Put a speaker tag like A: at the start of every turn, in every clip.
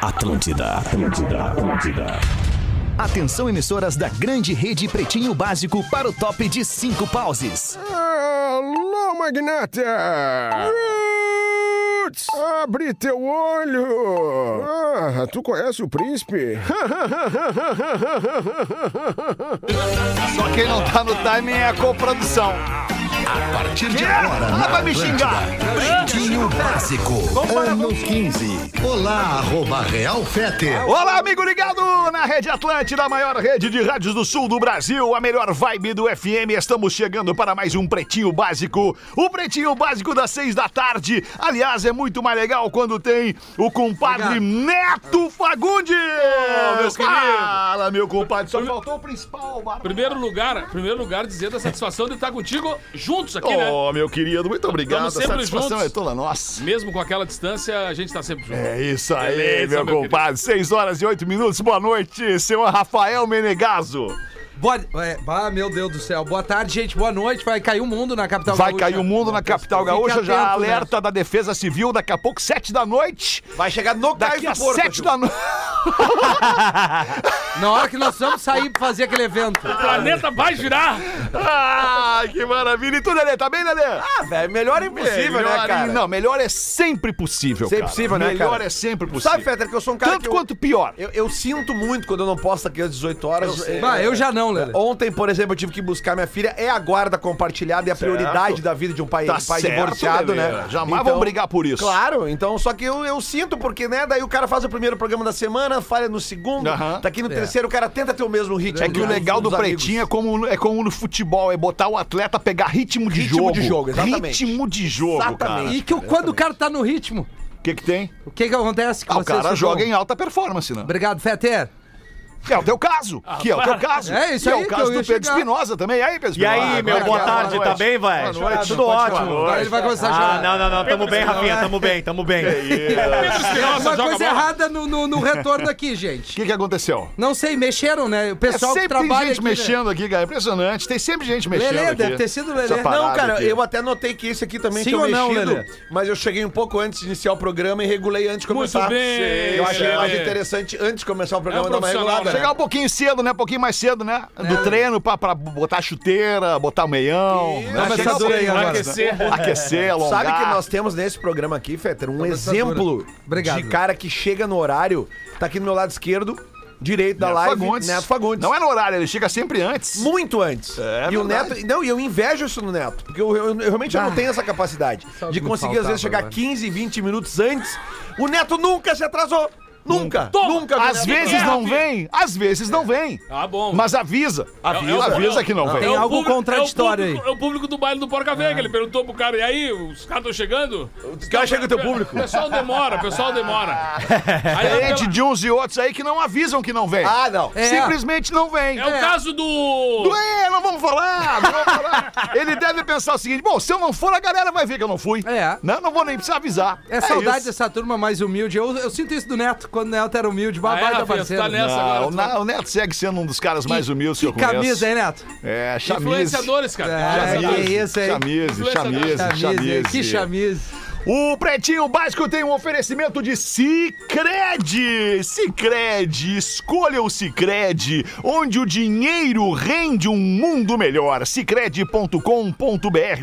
A: Atlântida.
B: Atlântida, Atlântida, Atlântida.
C: Atenção emissoras da grande rede Pretinho Básico para o top de cinco pauses.
A: Alô, magnata! Roots! Abre teu olho! Ah, tu conhece o príncipe?
D: Só quem não tá no timing é a coprodução.
B: A partir de agora,
D: Ah,
B: na
D: vai me xingar.
B: Atlântida, Pretinho Básico, ano 15. Olá, arroba Real Fete.
D: Olá, amigo ligado na Rede Atlântida, a maior rede de rádios do sul do Brasil, a melhor vibe do FM. Estamos chegando para mais um Pretinho Básico. O Pretinho Básico das seis da tarde. Aliás, é muito mais legal quando tem o compadre Neto Fagundes.
E: meu querido.
D: Fala, meu compadre. Só faltou o principal, Bárbara.
E: Primeiro lugar, primeiro lugar, dizendo a satisfação de estar contigo juntos aqui, né?
D: Oh, meu querido, muito obrigado. A
E: sempre
D: satisfação
E: juntos.
D: é toda nossa.
E: Mesmo com aquela distância, a gente tá sempre junto.
D: É isso aí,
E: Beleza,
D: meu,
E: meu querido.
D: compadre. Seis horas e oito minutos. Boa noite, senhor Rafael Menegaso.
F: Boa, é, bah, meu Deus do céu. Boa tarde, gente. Boa noite. Vai cair o mundo na capital
D: Vai
F: gaúcha.
D: cair o mundo na capital
F: Fique
D: gaúcha, já
F: atento, né?
D: alerta da Defesa Civil, daqui a pouco, sete da noite.
G: Vai chegar no
D: Daqui
G: Caio
D: a
G: do Porco.
D: sete da noite.
F: Na hora que nós vamos sair pra fazer aquele evento.
E: O planeta vai girar!
D: Ah, que maravilha. E tu, Lelê, tá bem, Lelê?
G: Ah, velho, melhor é impossível,
D: melhor,
G: né, cara?
D: Não, melhor é sempre possível,
G: Sempre
D: cara.
G: possível, né,
D: Melhor
G: cara?
D: é sempre possível.
G: Sabe, Fetter, que eu sou um cara
D: Tanto
G: que eu-
D: quanto pior.
G: Eu, eu sinto muito quando eu não posto aqui às 18 horas. É,
F: Bah, eu já não, Lele.
G: Ontem, por exemplo, eu tive que buscar minha filha. É a guarda compartilhada e a prioridade da vida de um pai,
D: Tá
G: de pai
D: certo,
G: divorciado,
D: Lelê.
G: né?
D: Jamais vão brigar por isso.
G: Claro, então, só que eu, eu sinto, porque, né, daí o cara faz o primeiro programa da semana, falha no segundo,
D: Aham.
G: tá aqui
F: É.
G: no terceiro, o cara tenta ter o mesmo ritmo.
D: É que o legal do
G: dos amigos.
D: pretinho é como, é como no futebol, é botar o atleta pegar ritmo de
G: Ritmo
D: jogo.
G: de jogo, exatamente.
D: Ritmo de jogo, cara.
G: Exatamente.
F: E que o- quando o cara tá no ritmo,
D: O que que tem?
F: o que que acontece? Que
D: Ah, o
F: vocês
D: cara
F: ficam-
D: joga em alta performance, né?
F: Obrigado, Feter.
D: Que é o teu caso.
H: Ah,
D: que é o teu caso.
F: É isso
D: que
F: aí
D: é o
F: que
D: caso
F: eu ia
D: do Pedro
F: chegar.
D: Espinosa também. E aí, Pedro
H: E aí,
D: Espinosa?
H: meu,
D: Agora,
H: boa
D: agora,
H: tarde,
D: boa
H: tá
D: noite.
H: bem,
D: Boa
H: velho?
D: noite.
H: Tudo
D: Boa noite.
H: ótimo.
F: Agora ele vai começar a
H: Ah,
F: chorar.
H: não, não, não, tamo bem, Rafinha, tamo bem, tamo bem.
F: É
E: Pedro Espinosa
F: Uma
E: joga
F: coisa
E: bola.
F: errada no, no- no retorno aqui,
D: O
F: gente.
D: que, que aconteceu?
F: Não sei, mexeram, né? O
D: É,
F: pessoal que
D: sempre tem
F: trabalha
D: gente
F: aqui, né?
D: mexendo aqui, cara. É Impressionante. Tem sempre gente mexendo
F: Lelê,
D: aqui.
F: deve ter sido Lelê.
D: Essa
F: Não,
D: parada
G: É, Não, cara,
D: aqui.
G: eu até notei que esse aqui também
F: Sim
G: tinha
F: ou não,
G: mexido,
F: Lelê?
G: mas eu cheguei um pouco antes de iniciar o programa e regulei antes de
E: Muito
G: começar.
E: bem,
G: eu achei
E: Lelê.
G: mais interessante antes de começar o programa
E: É um
G: dar uma
E: profissional,
G: regulada.
E: né?
D: Chegar um pouquinho cedo, né? Um pouquinho mais cedo, né? Do treino pra, pra botar chuteira, botar o meião.
G: Tá,
D: né?
F: Começador
D: Chegar um pouquinho
F: aí
D: mais
F: agora.
D: cedo, né? Aquecer, alongar.
G: Sabe que nós temos nesse programa aqui, Fetter, um exemplo
F: Obrigado.
G: de cara que chega no horário, tá aqui no meu lado esquerdo, direito da
D: Neto
G: live,
D: É, Fagundes.
G: Neto Fagundes.
D: Não é no horário, ele chega sempre antes.
G: Muito antes.
D: É
G: e o
D: verdade.
G: Neto. Não, e eu invejo isso no Neto. Porque eu, eu- eu realmente eu não tenho essa capacidade
F: Só
G: de
F: me
G: conseguir, às
F: faltava
G: vezes, chegar
F: agora.
G: 15, 20 minutos antes. O Neto nunca se atrasou. Nunca.
E: Toma.
G: Nunca. vi o
D: Às
G: Neto
D: vezes não
E: Rafinha.
D: vem, às vezes não vem.
E: Ah, bom.
D: Mas avisa.
E: É- é o-
D: Avisa, avisa que não
E: é o
D: vem.
F: Tem algo
E: público-
F: contraditório
E: é o público- É o público do baile do Porca Vega. Ele perguntou pro cara, e aí, os caras estão chegando?
G: Os caras chegam no teu
E: O
G: público.
E: pessoal demora, o pessoal demora. Aí, lá
D: Gente
E: pela-
D: de uns e outros aí que não avisam que não vem.
G: Ah, não.
F: É.
D: Simplesmente não vem.
E: É o caso do...
D: É, não vamos falar, não vamos falar. Ele deve pensar o seguinte: bom, se eu não for, a galera vai ver que eu não fui. Né?
F: É.
D: Não, não vou nem precisar avisar.
F: É saudade
D: isso.
F: dessa turma mais humilde. Eu, eu sinto isso do Neto, quando o Neto era humilde.
E: Ah, é,
F: Babai da
E: Rafinha, tu
F: parceira.
E: tá nessa
D: Ah,
E: agora.
D: o,
E: tu-
D: Na- o Neto segue sendo um dos caras mais humildes que, eu
F: Que
D: conheço.
F: camisa, hein, Neto?
D: É, chamise.
E: Influenciadores, cara.
F: É,
D: Chamise,
F: que isso, hein?
D: chamise, chamise,
F: Chamise, hein?
D: chamise.
F: Que chamise.
D: O Pretinho Básico tem um oferecimento de Cicred. Cicred, escolha o Cicred, onde o dinheiro rende um mundo melhor. Cicred.com.br.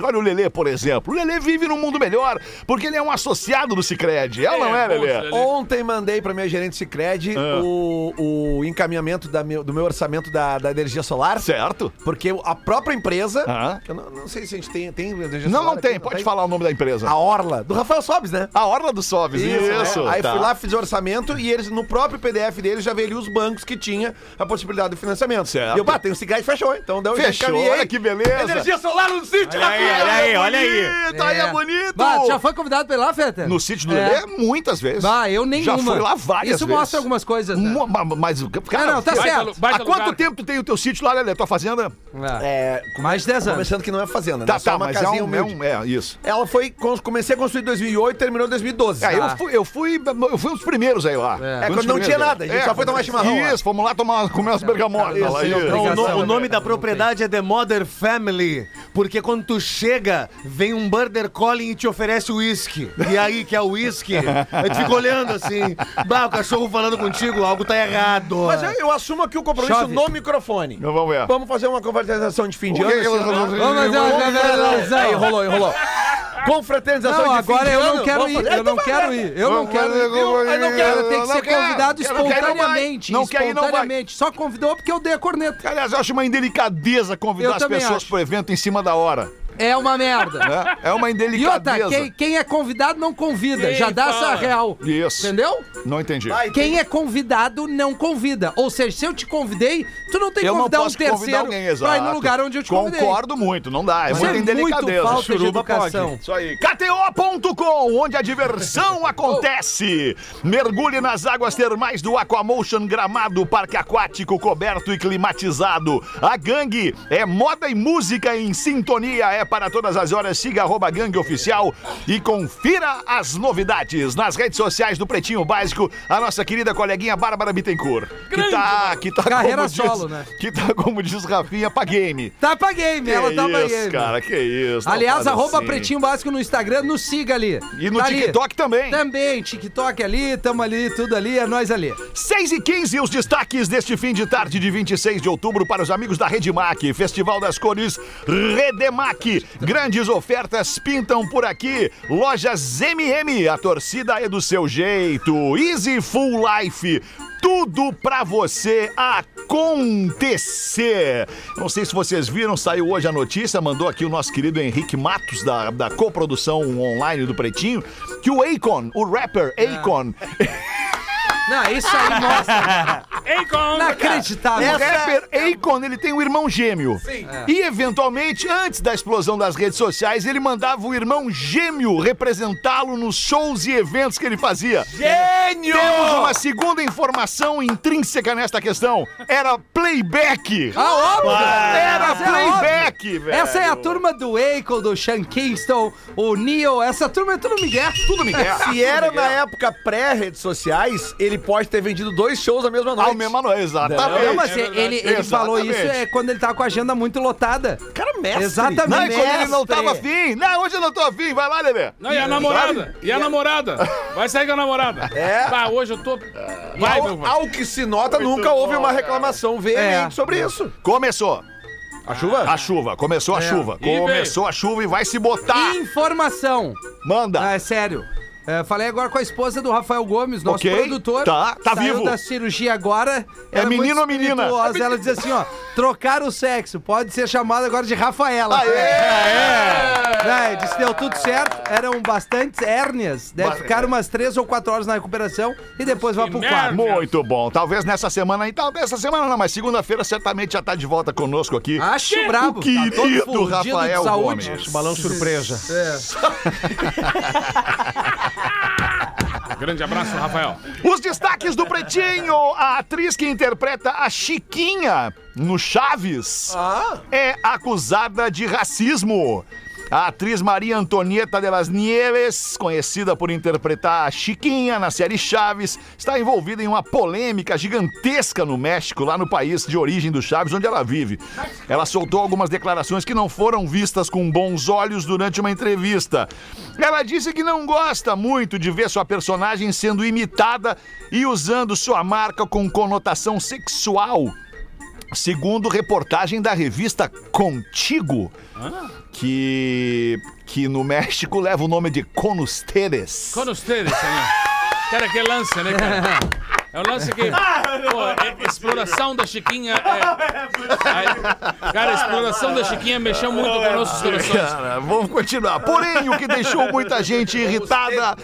D: Olha o Lelê, por exemplo. O Lelê vive num mundo melhor porque ele é um associado do Cicred. Ela não é,
E: É, bom,
D: Lelê?
E: Lelê.
G: Ontem mandei pra minha gerente Cicred
D: Ah.
G: o, o encaminhamento da meu- do meu orçamento da, da energia solar.
D: Certo?
G: Porque a própria empresa.
D: Aham.
G: que eu não, não sei se a gente tem, tem energia
D: Não,
G: solar.
D: não
G: aqui,
D: tem. Pode falar o nome da empresa.
G: A Orla. Do Rafael Sobes, né?
D: A Orla do Sobes. Isso.
G: né? Aí
D: tá.
G: fui lá, fiz o orçamento e eles, no próprio PDF deles, já veio ali os bancos que tinha a possibilidade do financiamento.
D: Certo.
G: E eu, bah, tem o Cicred, fechou. Então deu
D: Fechou, olha que beleza.
G: Energia solar no sítio,
H: Olha aí,
G: Rafael!
H: olha aí, olha aí.
D: Bonito, aí é bonito.
F: Bah, já foi convidado pra ir lá, Feta?
D: No sítio do
F: É.
D: Lelê, muitas vezes.
F: Bah, eu nenhuma.
D: Já fui lá várias
F: Isso
D: vezes.
F: mostra algumas coisas, né?
D: Mo- ma- ma- Mas, cara,
F: Ah, não, tá
D: vai-
E: Baita
F: certo.
E: lu- baita
D: é há quanto
E: lugar.
D: tempo tu tem o teu sítio lá, Lelê? Tua fazenda?
F: É.
G: É,
F: Mais de 10 anos.
G: começando que não é fazenda, né?
D: Tá,
G: Só
D: tá,
G: uma
D: mas é
G: casinha
D: um, é
G: humilde.
D: um. É, isso.
G: Ela foi. con- Comecei a construir em 2008 terminou em 2012.
D: Ah,
F: Tá.
D: eu, fui, eu, fui, eu fui um dos primeiros aí lá.
F: É.
D: Fui um dos
G: quando não tinha
D: primeiros.
G: nada, a gente só foi tomar chimarrão lá.
D: Isso, fomos lá tomar, comer umas bergamotas lá.
F: É. isso,
D: isso.
F: não,
H: Não, o, no-
F: Obrigação,
H: o nome
F: né, cara?
H: da propriedade é The Mother Family, porque quando tu chega, vem um Burger Collie e te oferece uísque. E aí, que é o uísque, eu te fico olhando assim, bah, o cachorro falando contigo, algo tá errado.
G: Mas é eu, eu assumo aqui o compromisso
F: Chove.
G: no microfone.
D: Então vamos ver.
G: Vamos fazer uma confraternização de fim de
D: O que
G: ano.
D: que
G: assim,
D: elas-
G: né?
F: Vamos fazer uma
G: Vamos
F: confraternização.
G: Aí, rolou, enrolou.
D: Tá
G: Confraternização
F: Não,
G: de fim
F: agora
G: de
F: eu
G: ano.
F: não quero
G: Vamos
D: é,
F: ir.
G: fazer.
F: Eu não
G: Então vai,
F: quero
G: vai.
F: ir. Eu não quero ir.
D: Vamos fazer
F: Eu não quero. Tem
D: Não
F: que ser
D: quero,
F: convidado
D: quero, quero, não vai.
F: espontaneamente.
D: Não quer ir, não vai.
F: Espontaneamente. Só convidou porque eu dei a corneta.
D: Aliás, eu acho uma indelicadeza convidar
F: Eu
D: as
F: também
D: pessoas
F: acho.
D: pro evento em cima da hora.
F: É uma merda.
D: né? É uma
F: E outra,
D: indelicadeza.
F: quem, quem é convidado não convida.
E: Quem
F: Já dá
E: fala?
F: essa real.
D: Isso.
F: Entendeu?
D: Não entendi.
G: Vai,
F: Quem é convidado não convida. Ou seja, se eu te convidei, tu não tem que
D: eu não
F: convidar um
D: posso convidar
F: terceiro
D: alguém,
F: pra ir
D: exato.
F: no lugar onde eu te convidei.
D: Concordo muito, não dá. É
F: Isso
D: muita
F: é muito
D: indelicadeza.
F: falta de
D: Churuba pode.
F: educação.
D: Isso aí. KTO.com, onde a diversão acontece. Mergulhe nas águas termais do Aquamotion Gramado, parque aquático coberto e climatizado. A gangue é moda e música em sintonia. É para todas as horas. Siga arroba gangue oficial e confira as novidades nas redes sociais do Pretinho Básico. A nossa querida coleguinha Bárbara Bittencourt. Que
E: Grande
D: tá, que tá
F: Carreira
D: como diz-
F: solo, né?
D: Que tá, como diz Rafinha, pra game.
F: Tá pra game, ela tá pra
D: isso,
F: game.
D: cara, que isso. não
F: Aliás,
D: faz
F: arroba
D: assim.
F: Pretinho Básico no Instagram, nos siga ali.
D: E no
F: Tá ali.
D: TikTok também.
F: Também, TikTok ali, tamo ali, tudo ali, é nós ali.
D: 6 e 15 os destaques deste fim de tarde de 26 de outubro para os amigos da Redemac. Festival das Cores Redemac. Grandes ofertas pintam por aqui. Lojas MM, a torcida é do seu jeito. Easy Full Life. Tudo pra você acontecer. Não sei se vocês viram, saiu hoje a notícia, mandou aqui o nosso querido Henrique Matos, da, da coprodução online do Pretinho, que o Akon, o rapper
F: Ah.
D: Akon,
F: Não, isso aí mostra.
E: Ei, com...
F: Inacreditável.
D: O rapper
F: é
D: Akon, ele tem um irmão gêmeo.
G: É.
D: E, eventualmente, antes da explosão das redes sociais, ele mandava o irmão gêmeo representá-lo nos shows e eventos que ele fazia.
G: Gênio!
D: Temos uma segunda informação intrínseca nesta questão. Era playback.
F: Ah, óbvio!
D: Era
F: Mas é óbvio.
D: playback, velho.
F: Essa é a turma do Akon, do Sean Kingston, o Neil, essa turma é tudo Miguel. Tudo Miguel.
D: É,
G: Se era na época pré-redes sociais, ele pode ter vendido dois shows na mesma
D: Ao
G: noite.
D: mesmo ano, exatamente.
F: Não, mas
E: É
F: ele,
E: verdade.
F: ele, ele falou isso
D: Exatamente.
F: é quando ele tava com a agenda muito lotada.
G: Cara, mestre.
F: Exatamente.
D: Não, e quando ele não
F: mestre.
D: tava afim. Não, hoje eu não tô afim. Vai lá, Lelê.
E: Não, e a namorada? E a namorada? Vai sair com a namorada.
G: É.
E: Bah, hoje eu tô. Vai, meu
G: Ao,
E: pai.
G: ao que se nota,
D: Muito
G: nunca houve
D: bom,
G: uma
D: cara.
G: reclamação veemente
F: É.
G: sobre isso.
D: Começou.
G: A chuva?
D: A chuva, começou a
F: É.
D: chuva.
E: E
D: Começou a chuva e vai se botar.
F: Informação.
D: Manda.
F: Ah, é sério. É, falei agora com a esposa do Rafael Gomes, nosso
D: Ok,
F: produtor.
D: tá, tá
F: saiu
D: vivo.
F: da cirurgia agora.
D: É
F: Ela
D: menino
F: muito
D: ou menina?
F: espirituosa. Ela diz assim, ó, trocar o sexo. Pode ser chamado agora de Rafaela. Né, disse que deu tudo certo, eram bastantes hérnias, deve
D: Ba-
F: ficar umas três ou quatro horas na recuperação e depois vai pro
E: Que
F: quarto.
E: merda.
D: Muito bom. Talvez nessa semana aí, talvez essa semana não, mas segunda-feira certamente já tá de volta conosco aqui.
F: Acho brabo.
D: O
F: tá todo
D: querido
F: fudido de
D: Rafael
F: saúde.
D: Gomes.
H: Balão surpresa.
E: Grande abraço, Rafael.
D: Os destaques do Pretinho. A atriz que interpreta a Chiquinha no Chaves é acusada de racismo. A atriz Maria Antonieta de las Nieves, conhecida por interpretar a Chiquinha na série Chaves, está envolvida em uma polêmica gigantesca no México, lá no país de origem do Chaves, onde ela vive. Ela soltou algumas declarações que não foram vistas com bons olhos durante uma entrevista. Ela disse que não gosta muito de ver sua personagem sendo imitada e usando sua marca com conotação sexual segundo reportagem da revista Contigo, que, que no México leva o nome de Conusteres.
E: Quando ustedes, senhor. Cara, que lance, né, cara? É o lance que. Pô, é- exploração da Chiquinha. É... Aí, cara, a exploração da Chiquinha mexeu muito com nossos
D: é.
E: corações.
D: Cara, vamos continuar. Porém, o que deixou muita gente irritada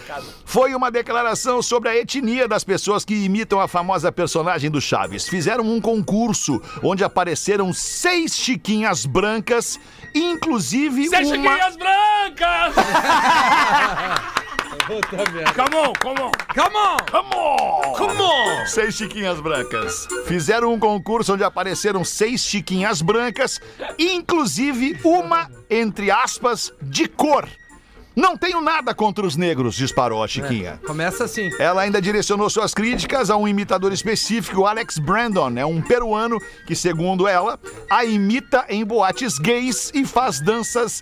D: foi uma declaração sobre a etnia das pessoas que imitam a famosa personagem do Chaves. Fizeram um concurso onde apareceram seis chiquinhas brancas, inclusive
E: Seis
D: uma
E: Chiquinhas brancas! Come on, come on.
F: Come on!
D: Come on! Seis chiquinhas brancas. Fizeram um concurso onde apareceram seis chiquinhas brancas, inclusive uma, entre aspas, de cor. Não tenho nada contra os negros, disparou a Chiquinha.
F: Começa assim.
D: Ela ainda direcionou suas críticas a um imitador específico, o Alex Brandon, é um peruano que, segundo ela, a imita em boates gays e faz danças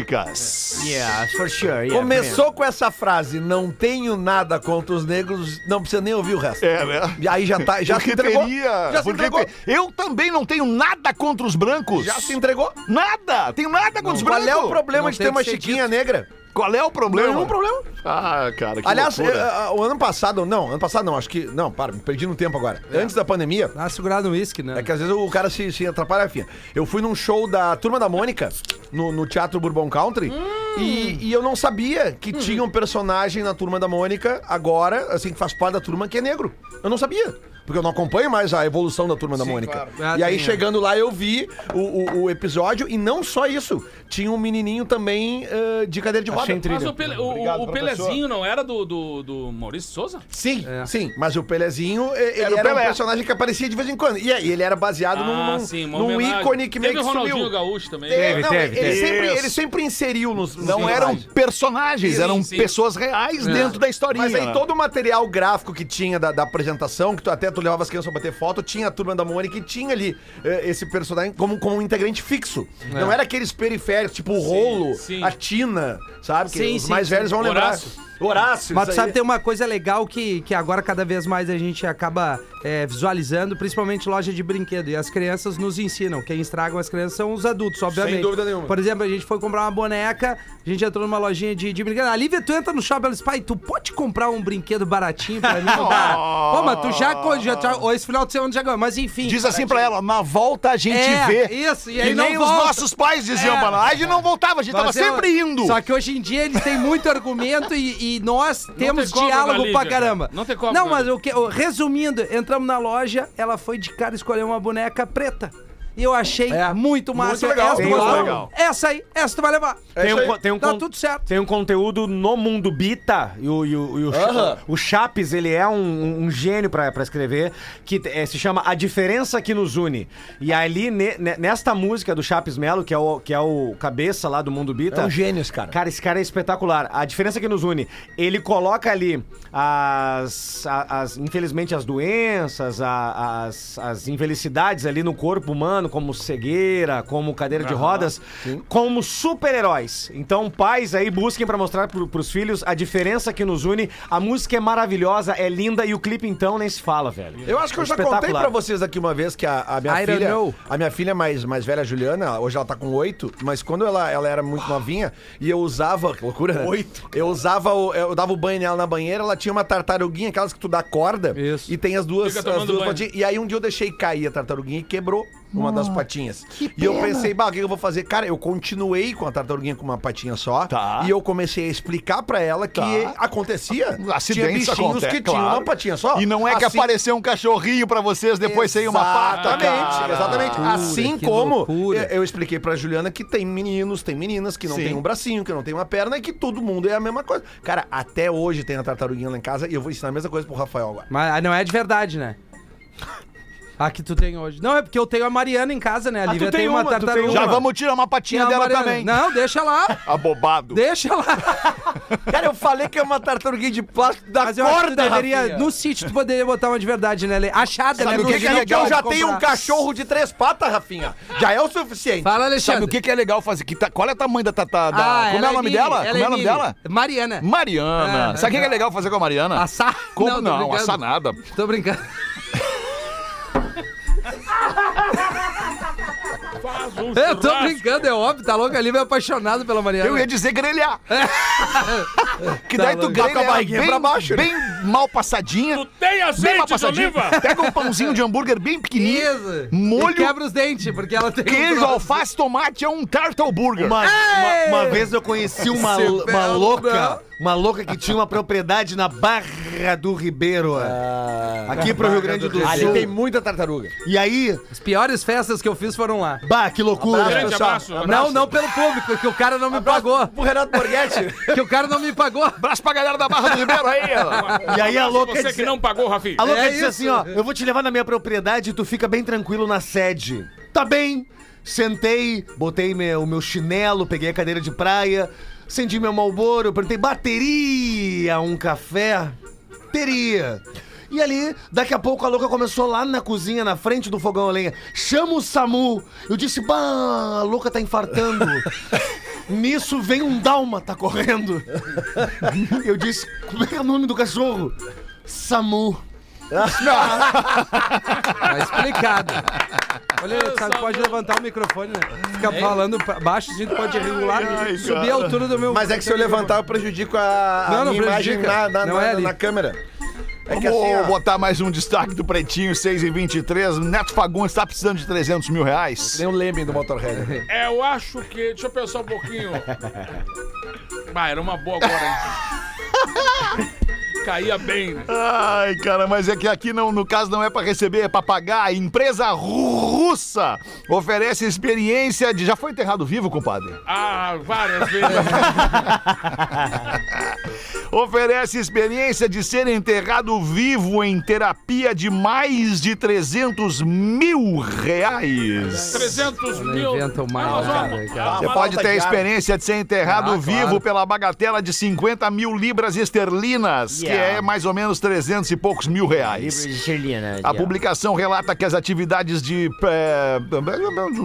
D: eróticas.
I: Yeah, for sure. Yeah,
G: Começou com essa frase, não tenho nada contra os negros, não precisa nem ouvir o resto.
D: É, né?
G: E aí já tá, já se
D: porque
G: entregou.
D: teria.
G: Já se
D: porque
G: entregou.
D: te- Eu também não tenho nada contra os brancos.
G: Já se entregou.
D: Nada! Tenho nada contra os
G: Qual
D: brancos.
G: é o problema
F: Não
G: de
F: tem
G: ter
F: que
G: uma
F: ser
G: chiquinha negra?
D: Qual é o problema?
G: Nenhum problema.
D: Ah, cara, que
G: Aliás,
D: loucura.
G: eh, ah, o ano passado, não, ano passado não, acho que. Não, para, me perdi no tempo agora.
D: É.
G: Antes da pandemia,
F: Dá uma segurada no uísque, né?
G: é que às vezes o cara se, se atrapalha, enfim. Eu fui num show da Turma da Mônica, no, no Teatro Bourbon Country,
E: Hum.
G: e, e eu não sabia que tinha um personagem na Turma da Mônica, agora, assim, que faz parte da turma, que é negro. Eu não sabia. Porque eu não acompanho mais a evolução da Turma da Mônica.
F: Ah,
G: E aí,
F: tem, é.
G: chegando lá, eu vi o, o- o episódio, e não só isso. Tinha um menininho também eh, de cadeira de roda.
E: Mas o, Pele- o- o Pelezinho não era do, do, do Maurício Souza?
G: Sim, sim. Mas o Pelezinho, eh, ele
D: É. Era
G: era,
D: o
G: um
D: Pelé.
G: personagem que aparecia de vez em quando. E aí, ele era baseado num,
E: Ah, uma
G: num
E: homenagem.
G: ícone que meio
E: Teve
G: que
E: o Ronaldinho
G: sumiu.
E: Gaúcho também. né?
G: Teve,
H: Teve, teve,
G: ele,
H: teve.
G: Sempre,
D: Isso.
G: ele sempre inseriu nos. nos
D: Não um eram
G: personagens.
D: personagens, eram
E: sim.
D: pessoas reais dentro da historinha.
G: É. Mas aí
D: né?
G: todo o material gráfico que tinha da, da apresentação, que tu, até tu levava as crianças pra bater foto, tinha a turma da Mônica e tinha ali eh, esse personagem como, como um integrante fixo. Não era aqueles periféricos, tipo o rolo,
E: sim.
G: a Tina, sabe? Que
F: Sim,
G: os
F: sim,
G: mais
F: sim.
G: velhos vão lembrar.
E: Horácio.
G: Horácio.
F: Mas
G: isso
F: tu sabe,
G: aí.
F: tem uma coisa legal que, que agora cada vez mais a gente acaba é, visualizando, principalmente loja de brinquedo. E as crianças nos ensinam. Quem estragam as crianças são os adultos, obviamente.
G: dúvida nenhuma.
F: Por exemplo, a gente foi comprar uma boneca, a gente entrou numa lojinha de, de brinquedo. A Lívia, tu entra no shopping, ela diz, pai, tu pode comprar um brinquedo baratinho pra mim? Não dá. Pô, mas tu já... co- já, já ou esse final de semana já ganhou, mas enfim.
D: Diz assim
G: um
D: pra ela, na volta a gente
F: É,
D: vê.
F: isso, e
D: e
F: aí não
D: nem os
F: volta.
D: nossos pais diziam
F: É.
D: pra nós. A gente não voltava, a gente tava
F: Mas eu-
D: sempre indo.
F: Só que hoje em dia eles têm muito argumento e, e nós temos
E: tem cobra da
F: diálogo
E: Lívia,
F: pra
E: cara.
F: caramba.
E: Não tem cobra
F: Não,
E: da
F: mas o que, o- resumindo, entramos na loja, ela foi de cara escolher uma boneca preta. E eu achei muito massa.
G: legal,
F: essa, tu
G: muito
F: gostou?
D: legal.
F: essa aí, essa tu vai levar.
I: É
G: é
H: Tem um, co- tem um
F: Tá
H: con-
F: tudo certo.
H: Tem um conteúdo no Mundo Bita, e o, e o, e o, Cha- o Chapes, ele é um- um, um gênio pra, pra escrever, que eh, se chama A Diferença que Nos Une. E ali, ne- ne- nesta música do Chapes Melo, que é, o, que é o cabeça lá do Mundo Bita...
G: É um gênio esse cara.
H: Cara, esse cara é espetacular. A diferença é que nos une, ele coloca ali as, a- as infelizmente, as doenças, a- as, as infelicidades ali no corpo humano, como cegueira, como cadeira de rodas, como super-heróis. Então, pais aí, busquem pra mostrar pro, pros filhos a diferença que nos une. A música é maravilhosa, é linda e o clipe, então, nem se fala, velho. É
G: Eu acho que eu já contei
H: Espetacular.
G: pra vocês aqui uma vez que a, a minha
F: I don't
G: filha,
F: know.
G: a minha filha mais, mais velha, a Juliana, hoje ela tá com oito, mas quando ela, ela era muito novinha e eu usava, que loucura, né? Oito. Eu usava, o- eu dava o banho nela na banheira, ela tinha uma tartaruguinha, aquelas que tu dá corda
F: Isso.
G: e tem as duas,
E: Fica
G: as
E: tomando
G: duas
E: banho.
G: patinhas. E aí um dia eu deixei cair a tartaruguinha e quebrou uma das patinhas. E eu pensei, bah, o que eu vou fazer? Cara, eu continuei com a tartaruguinha com uma patinha só
D: Tá.
G: e eu comecei a explicar pra ela que acontecia, tinha
D: Acidentes
G: bichinhos
D: acontecem,
G: que tinham
D: claro.
G: uma patinha só.
D: E não é que
G: Assim-
D: apareceu um cachorrinho pra vocês depois sem uma pata,
G: Exatamente,
D: cara. Uh,
G: exatamente. assim
F: que
G: como
F: loucura.
G: eu- eu expliquei pra Juliana que tem meninos, tem meninas que não
D: Sim.
G: tem um bracinho, que não tem uma perna e que todo mundo é a mesma coisa. Cara, até hoje tem a tartaruguinha lá em casa e eu vou ensinar a mesma coisa pro Rafael agora.
F: Mas ah, não é de verdade, né? A que tu tem hoje. Não, é porque eu tenho a Mariana em casa,
I: Ah,
G: Ah,
F: né? A Lívia
H: tem
F: tem uma
H: uma, tu tem
F: tartaruga.
D: Já
H: Uma.
D: vamos tirar uma
F: Tem
D: patinha
F: a
D: dela
F: Mariana.
D: também.
F: Não, deixa lá.
D: Abobado.
F: Deixa lá.
G: Cara, eu falei que é uma tartaruguinha de plástico da
F: Mas eu acho que tu
G: corda,
F: deveria.
G: Rafinha.
F: No sítio, tu poderia botar uma de verdade, né, Lê? Achada, né?
G: Sabe o
F: Porque
G: que, que é
F: não
G: legal? Eu
F: pode
G: já tenho um
F: comprar.
G: cachorro de três patas, Rafinha. Já é o suficiente.
F: Fala,
D: Sabe
F: Alexandre.
D: o que, que é legal fazer? Que tá- qual é o tamanho da. ta- ta- da-
F: Ah,
D: como
F: ela
D: é o nome
F: Emília,
D: dela?
F: ela
D: Como é o nome
F: Emília.
D: dela?
F: Mariana.
D: Mariana.
F: Ah,
D: Sabe o que, que é legal fazer com a Mariana?
F: Assar?
D: Como
F: tô
D: não?
F: brincando.
D: assar nada.
F: Tô brincando. Eu tô brincando, é óbvio, tá louco ali, é apaixonado pela Mariana.
D: Eu ia dizer grelhar. que daí
F: Tá
D: tu
F: louco.
D: grelha
G: Com a
D: ela
G: barriguinha
D: bem,
G: pra baixo, né?
D: bem, mal passadinha.
E: Tu tem
D: Bem mal
E: azeite de
D: passadinha.
E: oliva?
D: Pega um pãozinho de hambúrguer bem pequenininho.
F: Isso.
D: Molho-
F: E quebra os dentes, porque ela tem. um
D: Queijo,
F: troço.
D: alface, tomate é um turtle burger.
H: Uma,
F: Ei!
H: uma- uma vez eu conheci uma,
F: Você
H: uma
F: bela,
H: louca,
F: não?
H: uma louca que tinha uma propriedade na Barra do Ribeiro, aqui pro Rio Grande do
G: Ali tem
H: Sul.
G: muita tartaruga.
H: E aí,
F: As piores festas que eu fiz foram lá.
H: bah, que loucura.
E: Um Grande
H: pessoal.
E: abraço.
F: Não, não pelo público, que o cara não me pagou.
G: O Renato Borghetti.
F: Que o cara não me pagou.
D: Abraço pra galera da Barra do Ribeiro aí, ó.
H: E aí
I: é
H: a louca
E: Você que
H: disse-
E: não pagou, Rafi.
H: A louca
F: É
H: disse
F: isso.
H: assim, ó, eu vou te levar na minha propriedade e tu fica bem tranquilo na sede. Tá bem. Sentei, botei meu- o meu chinelo, peguei a cadeira de praia, acendi meu malboro, perguntei, bateria um café? Teria. E ali, daqui a pouco, a louca começou lá na cozinha, na frente do fogão a lenha. Chama o Samu. Eu disse, bah, a louca tá infartando. Nisso vem um dálmata correndo. Eu disse, como é que é o nome do cachorro? Samu.
F: Tá explicado. Olha, sabe, pode levantar o microfone, né? Fica falando pra baixo, a gente pode regular,
D: ai,
F: subir
D: cara.
F: a altura do meu.
G: Mas é que se eu levantar, eu prejudico a, a
F: Não, não
G: minha imagem
F: prejudica.
G: na, na,
F: Não
G: na-
F: é ali.
G: na câmera. É que
D: Vou
G: assim, ó,
D: botar mais um destaque do Pretinho, 6 e 23. Neto Fagundes tá precisando de 300 mil reais.
G: nem o um Leme do Motorhead.
E: É, eu acho que. Deixa eu pensar um pouquinho. Ah, era uma boa agora. hein? Caía bem, né?
D: Ai, cara, mas é que aqui não, no caso não é pra receber, é pra pagar. Empresa russa oferece experiência de. Já foi enterrado vivo, compadre?
E: Ah, várias vezes.
D: Oferece experiência de ser enterrado vivo em terapia de mais de 300 mil reais.
E: 300 mil.
F: inventam mais,
E: Ah, nós
F: né,
E: vamos.
F: cara, cara.
D: É. Você pode ter a experiência de ser enterrado
F: Ah,
D: vivo
F: claro.
D: pela bagatela de 50 mil libras esterlinas, que é mais ou menos 300 e poucos mil reais. A publicação relata que as atividades de, eh,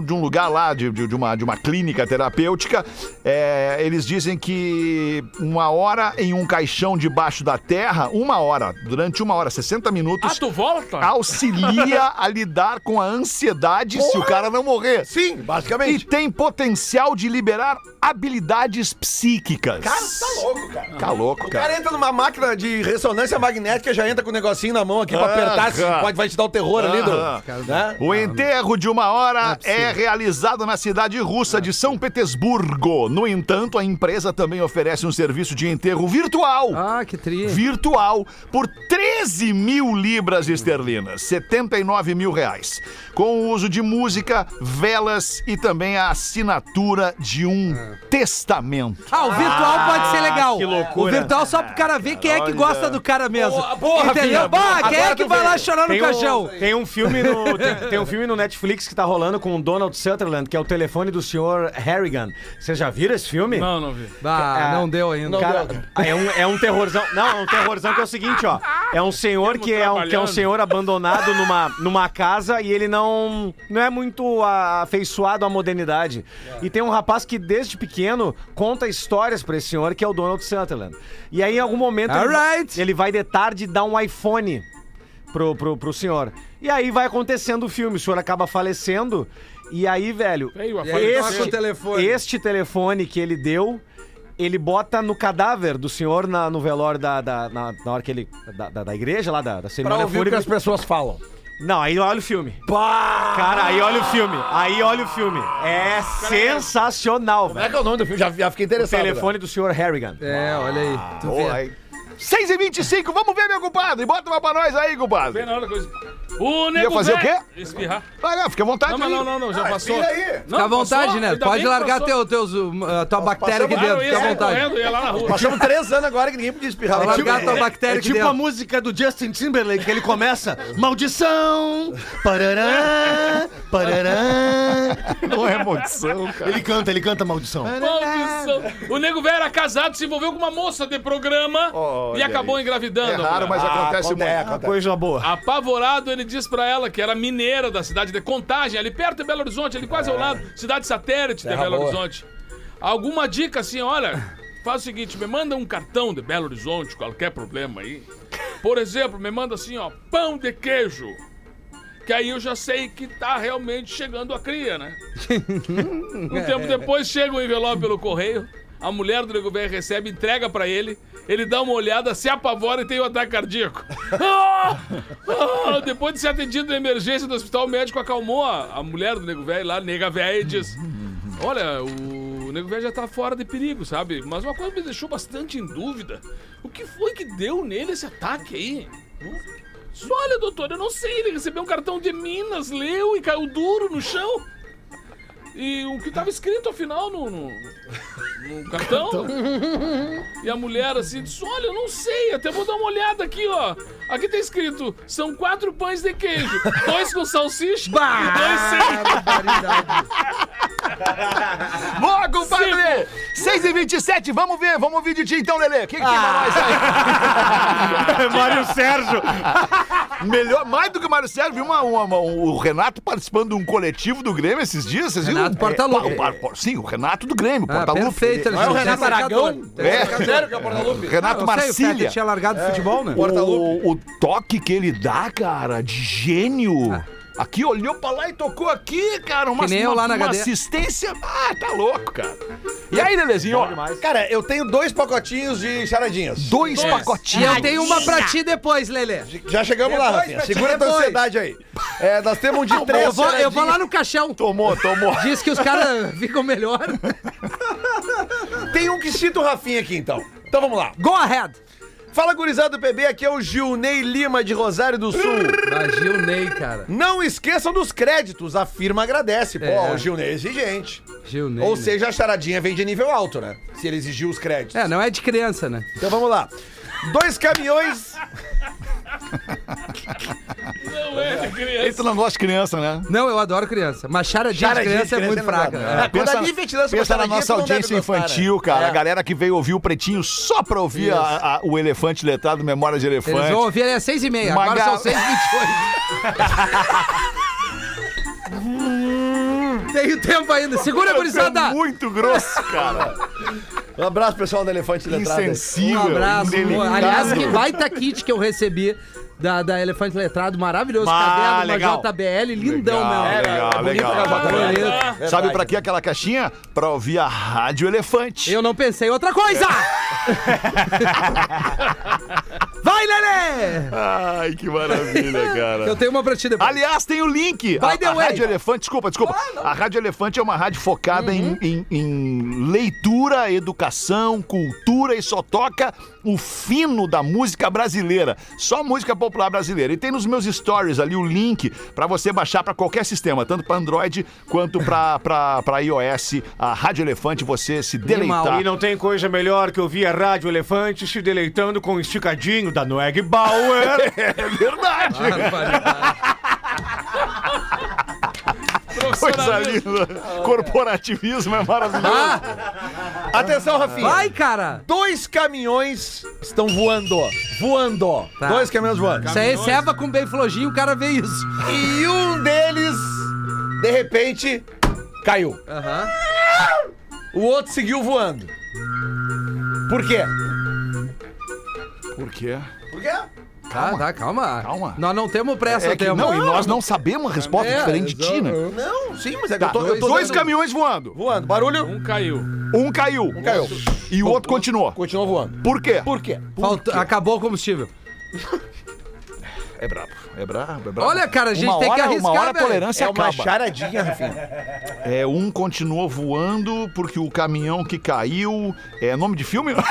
D: de um lugar lá, de, de- de uma, de uma clínica terapêutica, eh, eles dizem que uma hora em um caixão debaixo da terra, uma hora, durante uma hora, 60
E: Ah,
D: minutos,
E: tu volta?
D: auxilia a lidar com a ansiedade se o cara não morrer.
G: Sim,
D: E
G: basicamente.
D: tem potencial de liberar habilidades psíquicas.
G: Cara, tu tá louco, cara.
D: Tá louco,
G: O cara
D: cara.
G: entra numa máquina de ressonância magnética, já entra com o negocinho na mão aqui pra
D: Ah,
G: apertar, se
D: cara.
G: pode, vai te dar o terror ali do.
D: Ah,
G: né?
D: O enterro de uma hora é realizado na cidade russa de São Petersburgo. No entanto, a empresa também oferece um serviço de enterro virtual.
F: Ah, que tri.
D: Virtual por 13 mil libras esterlinas, 79 mil reais, com o uso de música, velas e também a assinatura de um testamento.
F: Ah, o virtual pode ser legal.
H: que loucura.
F: O virtual só pro cara ver quem é que gosta do cara mesmo.
H: porra, filha,
F: Entendeu? Bah, quem é
G: agora
F: que
G: tu
F: vai
G: vê.
F: lá chorar no
H: Tem um,
F: caixão?
H: tem um filme no tem, tem um filme no Netflix que tá rolando com o Donald Sutherland, que é o telefone do senhor Harrigan. Vocês já viram esse filme?
E: Não, não vi.
F: Ah,
H: É,
F: não deu ainda.
H: Cara,
F: Cara,
H: é um, é um terrorzão. Não, é um terrorzão que é o seguinte, ó. É um senhor
E: Tamo
H: que é um, que é um
E: trabalhando.
H: senhor abandonado numa, numa casa e ele não, não é muito a- afeiçoado à modernidade. E tem um rapaz que desde pequeno conta histórias pra esse senhor, que é o Donald Sutherland. E aí, em algum momento, ele,
F: Alright.
H: ele vai de tarde dar um iPhone pro, pro, pro senhor. E aí vai acontecendo o filme, o senhor acaba falecendo. E aí, velho,
E: Veio a
F: E aí,
E: faleceu.
F: toca o telefone.
H: este telefone que ele deu, ele bota no cadáver do senhor na, no velório da, da, na, na hora que ele. Da, da, da igreja lá, da, da
G: Pra
H: cerimônia
G: ouvir o que
H: fúnebre.
G: as pessoas falam.
H: Não, aí olha o filme. Cara, aí olha o filme. Aí olha o filme. É sensacional,
G: Como é
H: velho.
G: que é o nome do filme? Já, já fiquei
H: O
G: interessado.
H: telefone do senhor Harrigan.
F: É, olha aí. Tu vê.
D: 6 e 25 vamos ver, meu compadre. Bota uma pra nós aí, compadre.
E: Bem na hora que eu- O nego
D: fazer o
E: velho- Espirrar.
D: Vai lá, fica à vontade.
E: Não, mas
D: Ah, aí.
E: não, não, não, já passou.
G: vira aí.
E: Não,
F: Fica à
E: passou,
F: vontade, né?
E: ainda
F: Pode
E: bem que
F: largar
E: passou.
F: teu, teus, uh, a tua bactéria aqui
E: Claro,
F: dentro.
E: eu ia
F: Fica à
E: sair
F: vontade.
E: correndo, ia lá na rua.
G: Passamos três anos agora que ninguém podia espirrar.
F: Vai
G: Lá.
F: largar a tua
H: É
F: bactéria aqui
H: tipo a
F: dentro.
H: música do Justin Timberlake, que ele começa Maldição! Parará! Parará!
D: Não é maldição, cara.
H: Ele canta, ele canta maldição.
E: Maldição. O nego velho era casado, se envolveu com uma moça de programa e
D: Olha
E: acabou engravidando.
D: É raro,
F: Ah,
D: mas acontece muito.
G: acontece, acontece.
H: Coisa boa.
E: Apavorado, ele diz pra ela que era mineira da cidade de Contagem, ali perto de Belo Horizonte, ali quase ao lado, cidade satélite de
G: É. Terra
E: Belo
G: boa.
E: Horizonte. Alguma dica assim, olha, faz o seguinte, me manda um cartão de Belo Horizonte, qualquer problema aí. Por exemplo, me manda assim, ó, pão de queijo. Que aí eu já sei que tá realmente chegando a cria, né? Um tempo depois chega o um envelope pelo correio. a mulher do Nego Velho recebe, entrega pra ele, ele dá uma olhada, se apavora e tem um ataque cardíaco. Ah! Ah! Depois de ser atendido na emergência do hospital, o médico acalmou a, a mulher do Nego Velho lá, nega velha, e diz: Olha, o Nego Velho já tá fora de perigo, sabe? Mas uma coisa me deixou bastante em dúvida: o que foi que deu nele esse ataque aí? Diz, Olha, doutor, eu não sei, ele recebeu um cartão de Minas, leu e caiu duro no chão. E o que tava escrito afinal no, no, no cartão? E a mulher assim disse: Olha, eu não sei, até vou dar uma olhada aqui, ó. Aqui tá escrito: são quatro pães de queijo, dois com salsicha e dois sem.
D: Logo, padre! 6 e 27 vamos ver, vamos ouvir de ti então, Lelê. O que, que tem pra nós aí? Mário Sérgio. Melhor, mais do que o Mário Sérgio, viu uma, uma- uma- o Renato participando de um coletivo do Grêmio esses dias, vocês viram?
F: Renato Portaluppi.
D: É, pa- pa- sim, o Renato do Grêmio,
F: Ah,
D: Portaluppi.
F: perfeito,
D: Não é o
F: Alexandre.
D: Renato,
F: Tem
H: Aragão?
F: sacador.
D: É.
F: Tem sacador.
H: Sério que é o Porta-Lupe?
D: Renato
F: Eu sei, o Fede
D: Marcília.
F: tinha largado o futebol, né?
D: O, o toque que ele dá, cara, de gênio. Aqui olhou pra lá e tocou aqui, cara. Uma,
F: Ah. Que nem eu lá
D: uma-
F: na
D: uma
F: cadeia.
D: assistência. Ah, tá louco, cara. E aí, Lelezinho, ó,
I: Cara, eu tenho dois pacotinhos de charadinhas.
D: dois
E: Dois.
F: E
D: pacotinhos.
F: eu tenho uma pra ti depois, Lelê.
I: Já chegamos lá,
F: Depois,
I: Rafinha.
F: Betinho,
I: Segura a tua
F: depois.
I: ansiedade aí. É, nós temos um de três
F: Eu vou, eu vou
I: charadinhas.
F: lá no caixão.
D: Tomou, tomou.
F: Diz que os caras ficam melhor.
I: Tem um que cita o Rafinha aqui, então. Então vamos lá.
F: Go ahead.
I: Fala, gurizada do PB. Aqui é o Gilney Lima, de Rosário do Sul.
F: Imagina o Ney, cara.
I: Não esqueçam dos créditos, a firma agradece. Pô,
F: É.
I: o Gilney é exigente.
F: Gil Ney.
I: Ou
F: né?
I: seja, a charadinha vem de nível alto, né? Se ele exigir os créditos.
F: É, não é de criança, né?
I: Então vamos lá. Dois caminhões.
E: Não é de criança.
D: Esse não gosta de criança, né?
F: Não, eu adoro criança. Mas charadinha de
I: Charadinha
F: criança
I: de
F: é muito
I: criança não dá,
F: fraca.
I: não.
F: né?
I: É, quando a Lívia te lança uma
D: pensa na
I: charadinha,
D: nossa
I: tu não deve
D: audiência
I: gostar, né?
D: infantil, cara.
I: É.
D: A galera que veio ouvir o Pretinho só pra ouvir a- a- o Elefante Letrado Memória de Elefante.
F: Eles vão ouvir, ele é seis e meia.
D: Uma
F: Agora são
D: gal-
F: seis e vinte Tenho tempo ainda. Segura, gurizada.
D: é Tá Muito grosso, cara.
I: Um abraço, pessoal do Elefante Letrado.
D: Insensível.
F: Um abraço.
D: indelicado.
F: amor. Aliás, que baita kit que eu recebi da, da Elefante Letrado. Maravilhoso.
D: Ah,
F: Caderno, uma
D: legal.
F: JBL. Lindão, É meu.
D: Legal, legal, legal.
F: bonito.
D: Sabe pra que aquela caixinha? Pra ouvir a Rádio Elefante.
F: Eu não pensei em outra coisa. Vai, Lelê.
D: Ai, que né? maravilha,
F: Eu
D: cara.
F: tenho uma pra ti depois.
D: Aliás, tem o link.
F: By the
D: a, a
F: way. Ah,
D: Rádio Elefante, desculpa, desculpa. a Rádio Elefante é uma rádio focada em-
F: Uhum.
D: em, em leitura, educação, cultura e só toca o fino da música brasileira. Só música popular brasileira. E tem nos meus stories ali o link pra você baixar pra qualquer sistema, tanto pra Android quanto pra, pra, pra iOS. A Rádio Elefante, você se
F: Animal.
D: deleitar.
H: E não tem coisa melhor que ouvir a Rádio Elefante se deleitando com o esticadinho da Noeg Bauer.
D: É verdade.
F: Ah,
D: Coisa
E: Profissionalismo.
D: linda.
F: Ah, é.
D: Corporativismo é maravilhoso.
I: Atenção, Rafinha.
F: Vai, cara.
I: Dois caminhões estão voando. Voando.
F: Tá.
I: Dois caminhões voando.
F: Isso aí, é ceva com bem flojinho, o cara vê isso.
I: E um deles, de repente, caiu.
F: Aham.
I: O outro seguiu voando. Por quê?
D: Por quê?
I: Por quê?
F: Tá, tá, calma.
D: Calma.
F: Nós não temos
D: É
F: pressa,
D: que-
F: temos.
D: não, e nós não sabemos a resposta
F: É,
D: diferente de ti, né?
I: Não, sim, mas é que
D: Tá,
I: eu tô, eu tô
D: dois
I: dando-
D: caminhões voando.
I: voando. Barulho,
E: Um caiu.
D: Um caiu.
I: caiu.
D: E o outro continuou.
I: Continua voando.
D: Por quê?
I: Por quê?
F: Faltou- acabou o combustível.
D: É brabo. É brabo, é brabo.
F: Olha, cara, a gente
D: uma
F: tem que
D: hora-
F: arriscar, né?
D: Uma hora a
F: velho.
D: tolerância
I: é uma
D: acaba.
I: charadinha, Rafinha.
D: É, um continuou voando porque o caminhão que caiu... É nome de filme?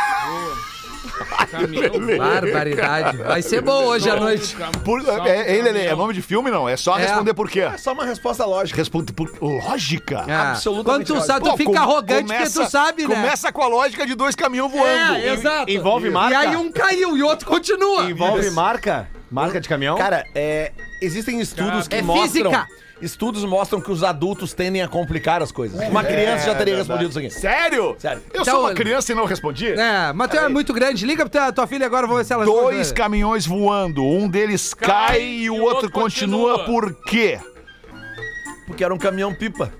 E: Caminhão.
D: é
F: Barbaridade. Vai ser bom hoje à noite.
D: Por- é, é, é, é nome de filme, não. É só
F: É.
D: responder por quê.
I: É só uma resposta lógica.
D: Responde por lógica.
F: Ah, Quando tu sabe, tu
D: Pô,
F: fica
D: com-
F: arrogante
D: começa-
F: porque tu sabe, né?
D: Começa com a lógica de dois caminhões voando.
F: É, exato.
H: Envolve marca?
F: E aí um caiu e outro continua.
H: Envolve marca? Marca de caminhão?
I: Cara, é, existem estudos que
F: É
I: mostram...
F: física.
I: Estudos mostram que os adultos tendem a complicar as coisas.
F: É
I: Uma criança já teria respondido isso aqui.
D: Sério?
I: Sério.
D: Eu
F: Então,
D: sou uma
F: olha-
D: criança e não respondi?
F: É, mas tu é muito grande. Liga pra tua, tua filha agora, vamos ver se ela
D: Dois
F: responde.
D: caminhões voando, um deles cai, e o outro, continua. por quê?
I: Porque era um caminhão pipa.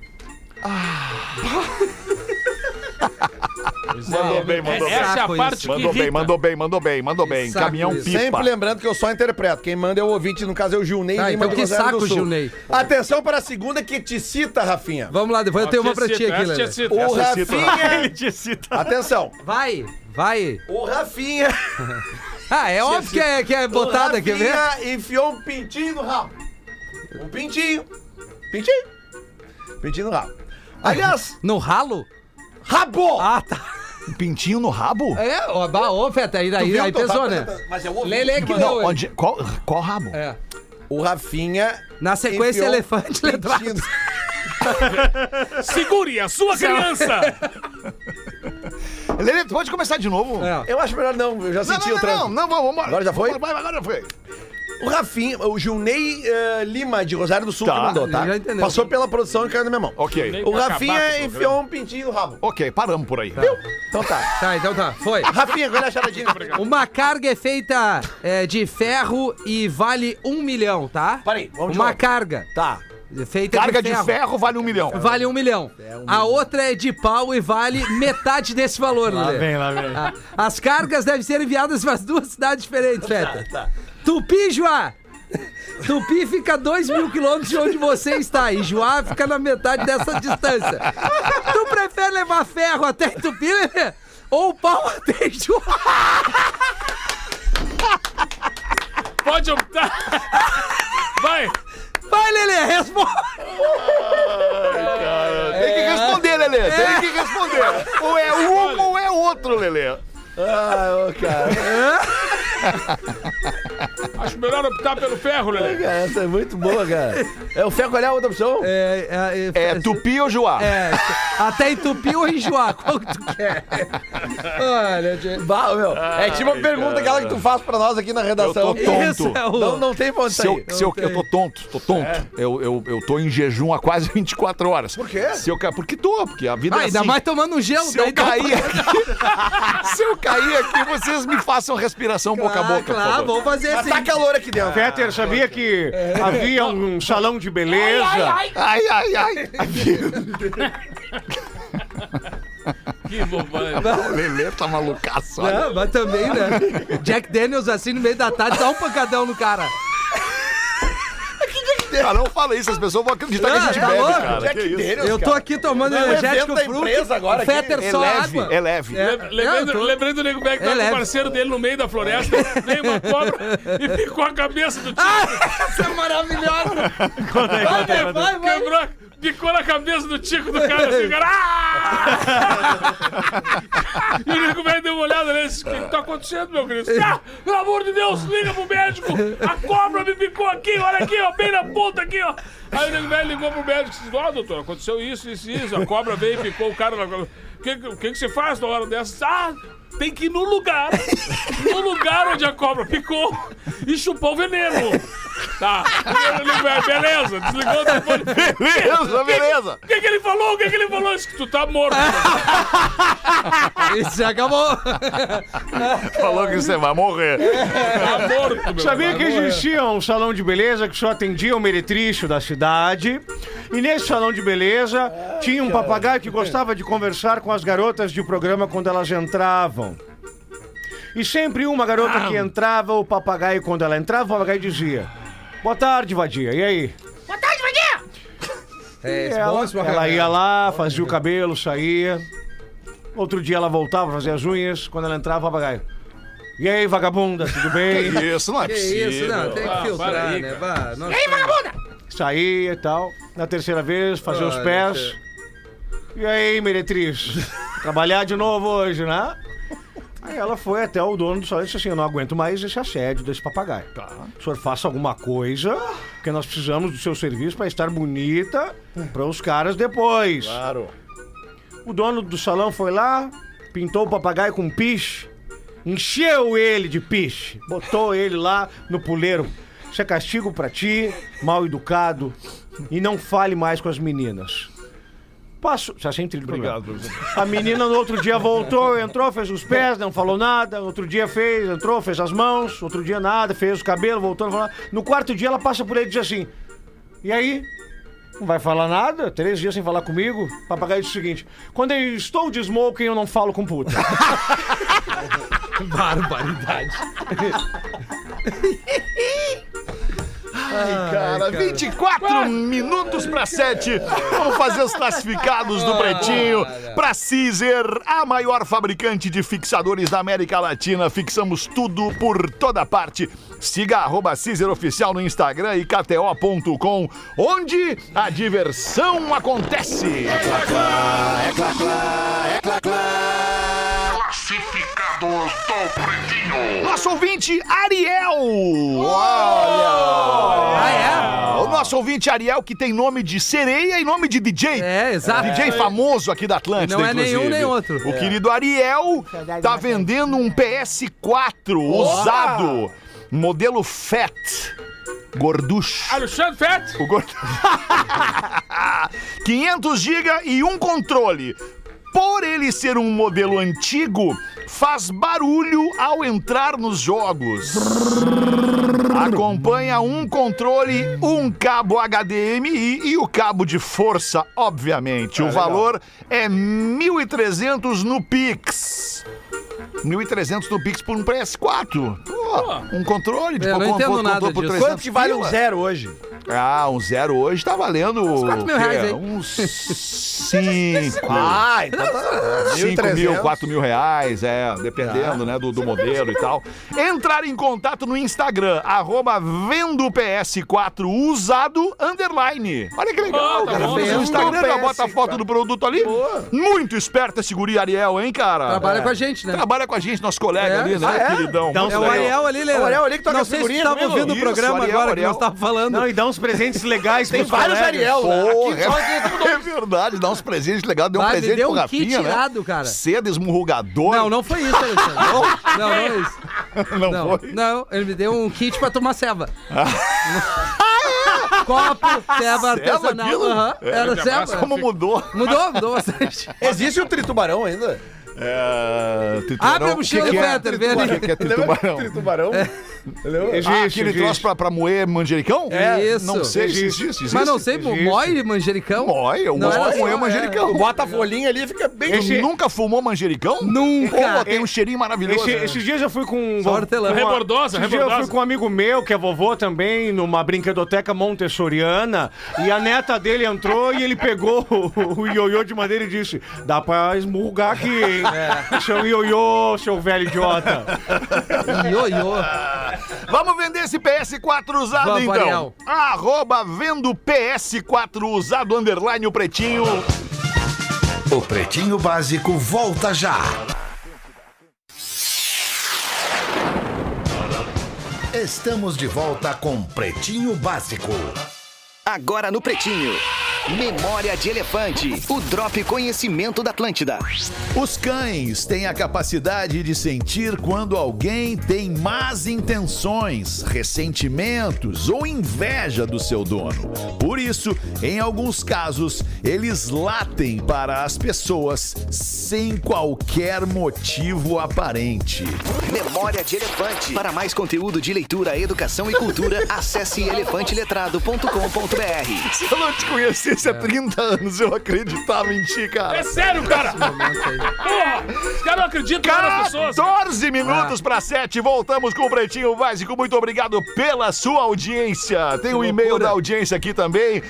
D: Mandou bem, mandou
E: É-
D: bem.
E: Essa é a
F: Saco
E: parte
F: isso.
E: que
D: Mandou bem,
E: irrita.
D: mandou bem, mandou bem, mandou bem.
F: saco
D: Caminhão
F: isso.
D: pipa.
I: Sempre lembrando que eu só interpreto. Quem manda é o ouvinte, no caso é o Gilney.
F: Tá,
I: Lima
F: então
I: de
F: que
I: Rosário do
F: saco,
I: Sul.
F: Gilney.
I: Atenção para a segunda que te cita, Rafinha.
F: Vamos lá, depois eu tenho uma pra ti
E: Essa
F: aqui,
E: eu tinha
F: Lelê.
E: sido.
I: O
D: Essa cita.
I: Rafinha...
D: te cita.
I: Atenção.
F: Vai, vai.
I: O Rafinha...
F: Ah, é óbvio que é, que é botada, quer
G: né?
F: ver?
I: Rafinha enfiou um pintinho no rabo. Um pintinho. Pintinho. Pintinho no rabo. Aliás,
F: No ralo?
I: rabo!
F: Ah, tá.
D: Um pintinho no rabo?
F: É, ó, bah, ô, Feta, aí, aí,
I: viu?
F: aí
I: Tá-
F: pesou,
I: tá-
F: né?
I: tá- mas é o ouvinte
F: Lelê
I: que
F: que
I: mandou.
F: deu. ele.
D: Onde, qual, qual rabo?
F: É.
I: O Rafinha...
F: Na sequência,
I: enfiou
F: elefante,
I: um
F: letrado.
I: pintinho no-
E: Segure a sua criança!
D: Lelê, tu pode começar de novo?
F: É.
I: Eu acho melhor não, eu já
D: Não,
I: senti
D: não,
I: o
D: não,
I: tranco.
D: não, não, vamos embora.
I: Agora já foi?
D: Vai, agora já foi.
I: O Rafinha, o Gilney eh, Lima, de Rosário do Sul,
D: Tá.
I: que mandou,
F: Ele
I: tá?
F: já entendeu.
I: Passou pela produção e caiu na minha mão.
D: Ok.
I: O
E: Acabar com o
I: Rafinha
E: programa.
I: enfiou um pintinho no rabo.
D: Ok, paramos por
F: É.
D: aí.
I: Então tá.
F: Tá, então tá, foi.
I: Rafinha, olha a charadinha.
F: Uma carga é feita é, de ferro e vale um milhão, tá?
I: Parei, vamos de
F: Uma
I: novo.
F: carga
I: Tá.
F: feita
D: Carga
F: de
D: de
F: ferro.
D: ferro vale um milhão.
F: Vale um milhão. A outra é de pau e vale metade desse valor, Lelê.
H: lá vem.
F: Ah, As cargas devem ser enviadas para as duas cidades
D: Tá,
F: diferentes, Feta. Tupi, Joá! Tupi fica a 2 mil quilômetros de onde você está e Joá fica na metade dessa distância. Tu prefere levar ferro até Tupi Lelê? ou pau até Joá?
E: Pode optar! Vai!
F: Vai, Lelê, responde!
D: Tem que responder, Lelê.
F: É,
D: Tem que responder. Ou é um ou é outro, Lelê.
I: Ah, ô, cara.
E: Acho melhor optar pelo ferro, Lelê.
I: cara, Essa é muito boa, cara. É o ferro, qual é a outra opção?
F: É, é,
D: É tupi ou joá?
F: é, até entupir ou enjoar, qual que tu quer? Olha, gente.
I: Bah, meu. é tipo uma pergunta aquela que tu faz pra nós aqui na redação.
D: Eu tô tonto.
F: Isso é o...
I: Não, não tem ponto
D: Se
F: é
D: eu,
I: sair.
D: se eu, eu tô tonto, tô tonto. Eu, eu, eu tô em jejum há quase 24 horas. Por
I: quê?
D: Se eu, ca- porque tô, porque a vida
F: Ah,
D: é
F: ainda
D: assim.
F: mais tomando um gelo,
D: se eu
F: daí dá um-
D: cair aqui, se eu cair aqui, vocês me façam respiração boca a
F: Ah,
D: boca, por
F: claro,
D: favor.
F: vamos fazer
I: Mas
F: assim.
I: tá calor aqui dentro.
H: Peter, sabia que havia um salão de beleza?
D: Ai, ai, ai.
E: Que bobagem.
D: O Lelê tá malucaço. olha.
F: Não, Ah, mas também, né? Jack Daniels, assim, no meio da tarde, dá um pancadão no cara.
D: Cara, não fala isso, as pessoas vão acreditar que a
F: Ah,
D: gente
F: tá
D: bebe,
F: louco?
D: cara. que isso.
F: Eu tô aqui tomando
I: Não, é
F: energético
I: evento da
F: fruit,
I: empresa agora
F: o Fetter
I: aqui, é
F: só
I: leve,
F: água.
D: É leve.
F: É, não,
E: Lembrando,
F: eu tô-
E: lembrando do Nego Beck,
F: É
E: tá com
F: leve.
E: o parceiro dele no meio da floresta, veio uma cobra e ficou a cabeça do tio.
F: Essa é maravilhosa. Vai,
E: é
F: vai, vai, vai.
E: Quebrou, picou na cabeça do Tico do cara assim, o cara. "Ah!" e o Nico velho deu uma olhada nele e disse: O que que tá acontecendo, meu querido? Ah, pelo amor de Deus, liga pro médico! A cobra me picou aqui, olha aqui, ó, bem na ponta aqui, ó. Aí o Nico velho ligou pro médico e disse: Ó, doutor, aconteceu isso, isso, isso. A cobra veio e picou o cara na cobra. O que, o que que você faz na hora dessa? Ah, tem que ir no lugar, no lugar onde a cobra picou e chupar o veneno. Tá, o Nico velho, beleza, desligou o telefone.
D: Beleza, beleza.
E: O que, que ele falou? O que, que ele falou? Isso que tu tá morto.
F: Isso, acabou.
D: Falou que você vai morrer.
E: tá morto, meu.
H: Sabia
F: é
H: que existia um salão de beleza que só atendia o meretricho da cidade. E nesse salão de beleza
F: É,
H: tinha um papagaio que gostava de conversar com as garotas de programa quando elas entravam. E sempre uma garota que entrava, o papagaio, quando ela entrava, o papagaio dizia: Boa tarde, vadia. E aí?
F: É,
H: ela, ela ia lá, fazia o cabelo, saía. Outro dia ela voltava, fazia as unhas. Quando ela entrava, o papagaio. E aí, vagabunda, tudo bem?
D: Isso, não é
F: Que
D: possível.
F: isso, não, tem que
E: Ah,
F: filtrar,
E: para aí, cara.
F: né? Vá, nossa.
H: Saía e tal. Na terceira vez, fazer os
F: Olha,
H: pés. E aí, meretriz? Trabalhar de novo hoje, né? Aí ela foi até o dono do salão e disse assim: Eu não aguento mais esse assédio desse papagaio. O senhor faça alguma coisa, porque nós precisamos do seu serviço para estar bonita para os caras depois.
I: Claro.
H: O dono do salão foi lá, pintou o papagaio com piche, encheu ele de piche, botou ele lá no puleiro. Isso é castigo pra ti, mal educado, e não fale mais com as meninas. Passo. Já sem trilho, Obrigado, A menina no outro dia voltou, entrou, fez os pés, não falou nada. Outro dia fez, entrou, fez as mãos. Outro dia nada, fez o cabelo, voltou, não falou nada. No quarto dia ela passa por ele e diz assim: E aí? Não vai falar nada? Três dias sem falar comigo? Papagaio disse o seguinte: quando eu estou de smoking, eu não falo com puta.
F: Barbaridade.
D: Cara, 24 minutos para 7. Vamos fazer os classificados do Pretinho. Para Caesar, a maior fabricante de fixadores da América Latina. Fixamos tudo por toda parte. Siga arroba Caesar Oficial no Instagram e kto.com, onde a diversão acontece. Nosso ouvinte, Ariel.
F: Ah, é?
D: O nosso ouvinte Ariel, que tem nome de sereia e nome de DJ.
F: É, exato.
D: DJ um famoso aqui da Atlântida,
F: Não é
D: inclusive.
F: nenhum nem outro. É.
D: O querido Ariel tá vendendo um PS4 usado, modelo Fat, gorducho.
E: Alexandre Fett! é
D: O gordo... 500 GB e um controle. Por ele ser um modelo antigo, faz barulho ao entrar nos jogos. Acompanha um controle, um cabo HDMI e o cabo de força,
G: Ah,
D: obviamente. o valor é 1.300 no Pix. 1.300 no Pix por um PS4. Pô, um controle,
F: eu não
D: com-
F: entendo
D: com-
F: nada
D: controle por
F: disso.
D: 300
G: Quanto que vale um
D: pila?
G: zero hoje?
D: Ah, um zero hoje tá valendo. Uns
F: 4 mil reais, hein?
D: Uns
F: é?
D: 5.
G: Ah, então tá.
D: 5 mil,
G: 1.300.
D: 4 mil reais, é,
F: Ah.
D: dependendo, né, do, do modelo e tal. Entrar em contato no Instagram, arroba vendo PS4 usado, underline. Olha que legal,
E: Ah, tá
D: cara.
E: bom.
D: Fez o
E: Vendo
D: Instagram, já bota a
G: PS4.
D: foto do produto ali. Muito esperto esse guri Ariel, hein, cara?
F: Trabalha
D: É.
F: com a gente, né?
D: Trabalha com a gente, nosso colega
F: É.
D: ali, né,
F: Ah, é?
D: queridão? Muito
F: É o
D: legal.
F: Ariel ali, Leandro.
G: É o Ariel ali que toca
F: Não sei se
G: figurinha
F: tu tava
G: comigo.
F: ouvindo o
D: Isso,
F: programa
D: Ariel,
F: agora
D: Ariel.
F: que nós tava falando.
H: e dá uns presentes legais Tem
G: Vários Ariel, né?
D: Porra, é, é verdade, dá uns presentes legais, deu um
F: Vai, me
D: presente
F: deu
D: pro
F: um kit
D: Rafinha, né?
F: irado, cara.
D: Seda, esmurrugador.
F: Não, não foi isso, Alexandre. não, não é isso.
D: Não
F: Não,
D: foi?
F: não, ele me deu um kit pra tomar ceva. Copo, ceva artesanal.
D: aquilo?
F: aham,
D: É,
F: era
E: grande abraço,
F: ceva.
D: Como mudou?
F: Mudou, mudou bastante.
G: Existe o
I: um
G: tritubarão ainda?
D: É, tritubarão.
F: Abre a mochila
D: O
F: do
D: que que é?
F: Peter, vê ali.
D: O que que é
G: Lembra
D: tritubarão?
G: do Tritubarão? Entendeu?
D: Ah, aquele troço pra, pra moer manjericão?
F: É, Isso.
D: Não sei se existe. existe.
F: Mas não sei, mói, manjericão?
D: Mói, eu gosto
F: era
D: pra moer
F: só- É.
D: manjericão.
G: Bota a folhinha ali e fica bem...
D: Tu nunca fumou manjericão?
F: Nunca.
D: Pô, tem um cheirinho maravilhoso.
H: Esse- esses dias eu fui com. um
F: Só hortelã.
H: com uma-
E: Rebordosa,
H: esses dias eu
E: rebordosa.
H: fui com um amigo meu, que é vovô também, numa brinquedoteca montessoriana. E a neta dele entrou e ele pegou o, o ioiô de madeira e disse: Dá pra esmurgar aqui, hein? Seu ioiô, seu velho idiota.
F: É. Ioiô.
D: Vamos vender esse PS4 usado,
F: Vamos,
D: então.
F: Ariel.
D: Arroba vendo PS4 usado, underline o pretinho.
B: O Pretinho Básico volta já. Estamos de volta com Pretinho Básico.
J: Agora no Pretinho. Memória de Elefante. O Drop Conhecimento da Atlântida.
B: Os cães têm a capacidade de sentir quando alguém tem más intenções, ressentimentos ou inveja do seu dono. Por isso, em alguns casos, eles latem para as pessoas sem qualquer motivo aparente.
J: Memória de Elefante. Para mais conteúdo de leitura, educação e cultura, acesse elefanteletrado.com.br.
D: Se eu não te conhecesse há 30 anos, eu acreditava em ti, cara.
E: É sério, cara! Porra! Os caras não acreditam mais nas pessoas.
D: 14 minutos para 7, voltamos com o Pretinho Básico. Muito obrigado pela sua audiência. Tem um e-mail da audiência aqui também.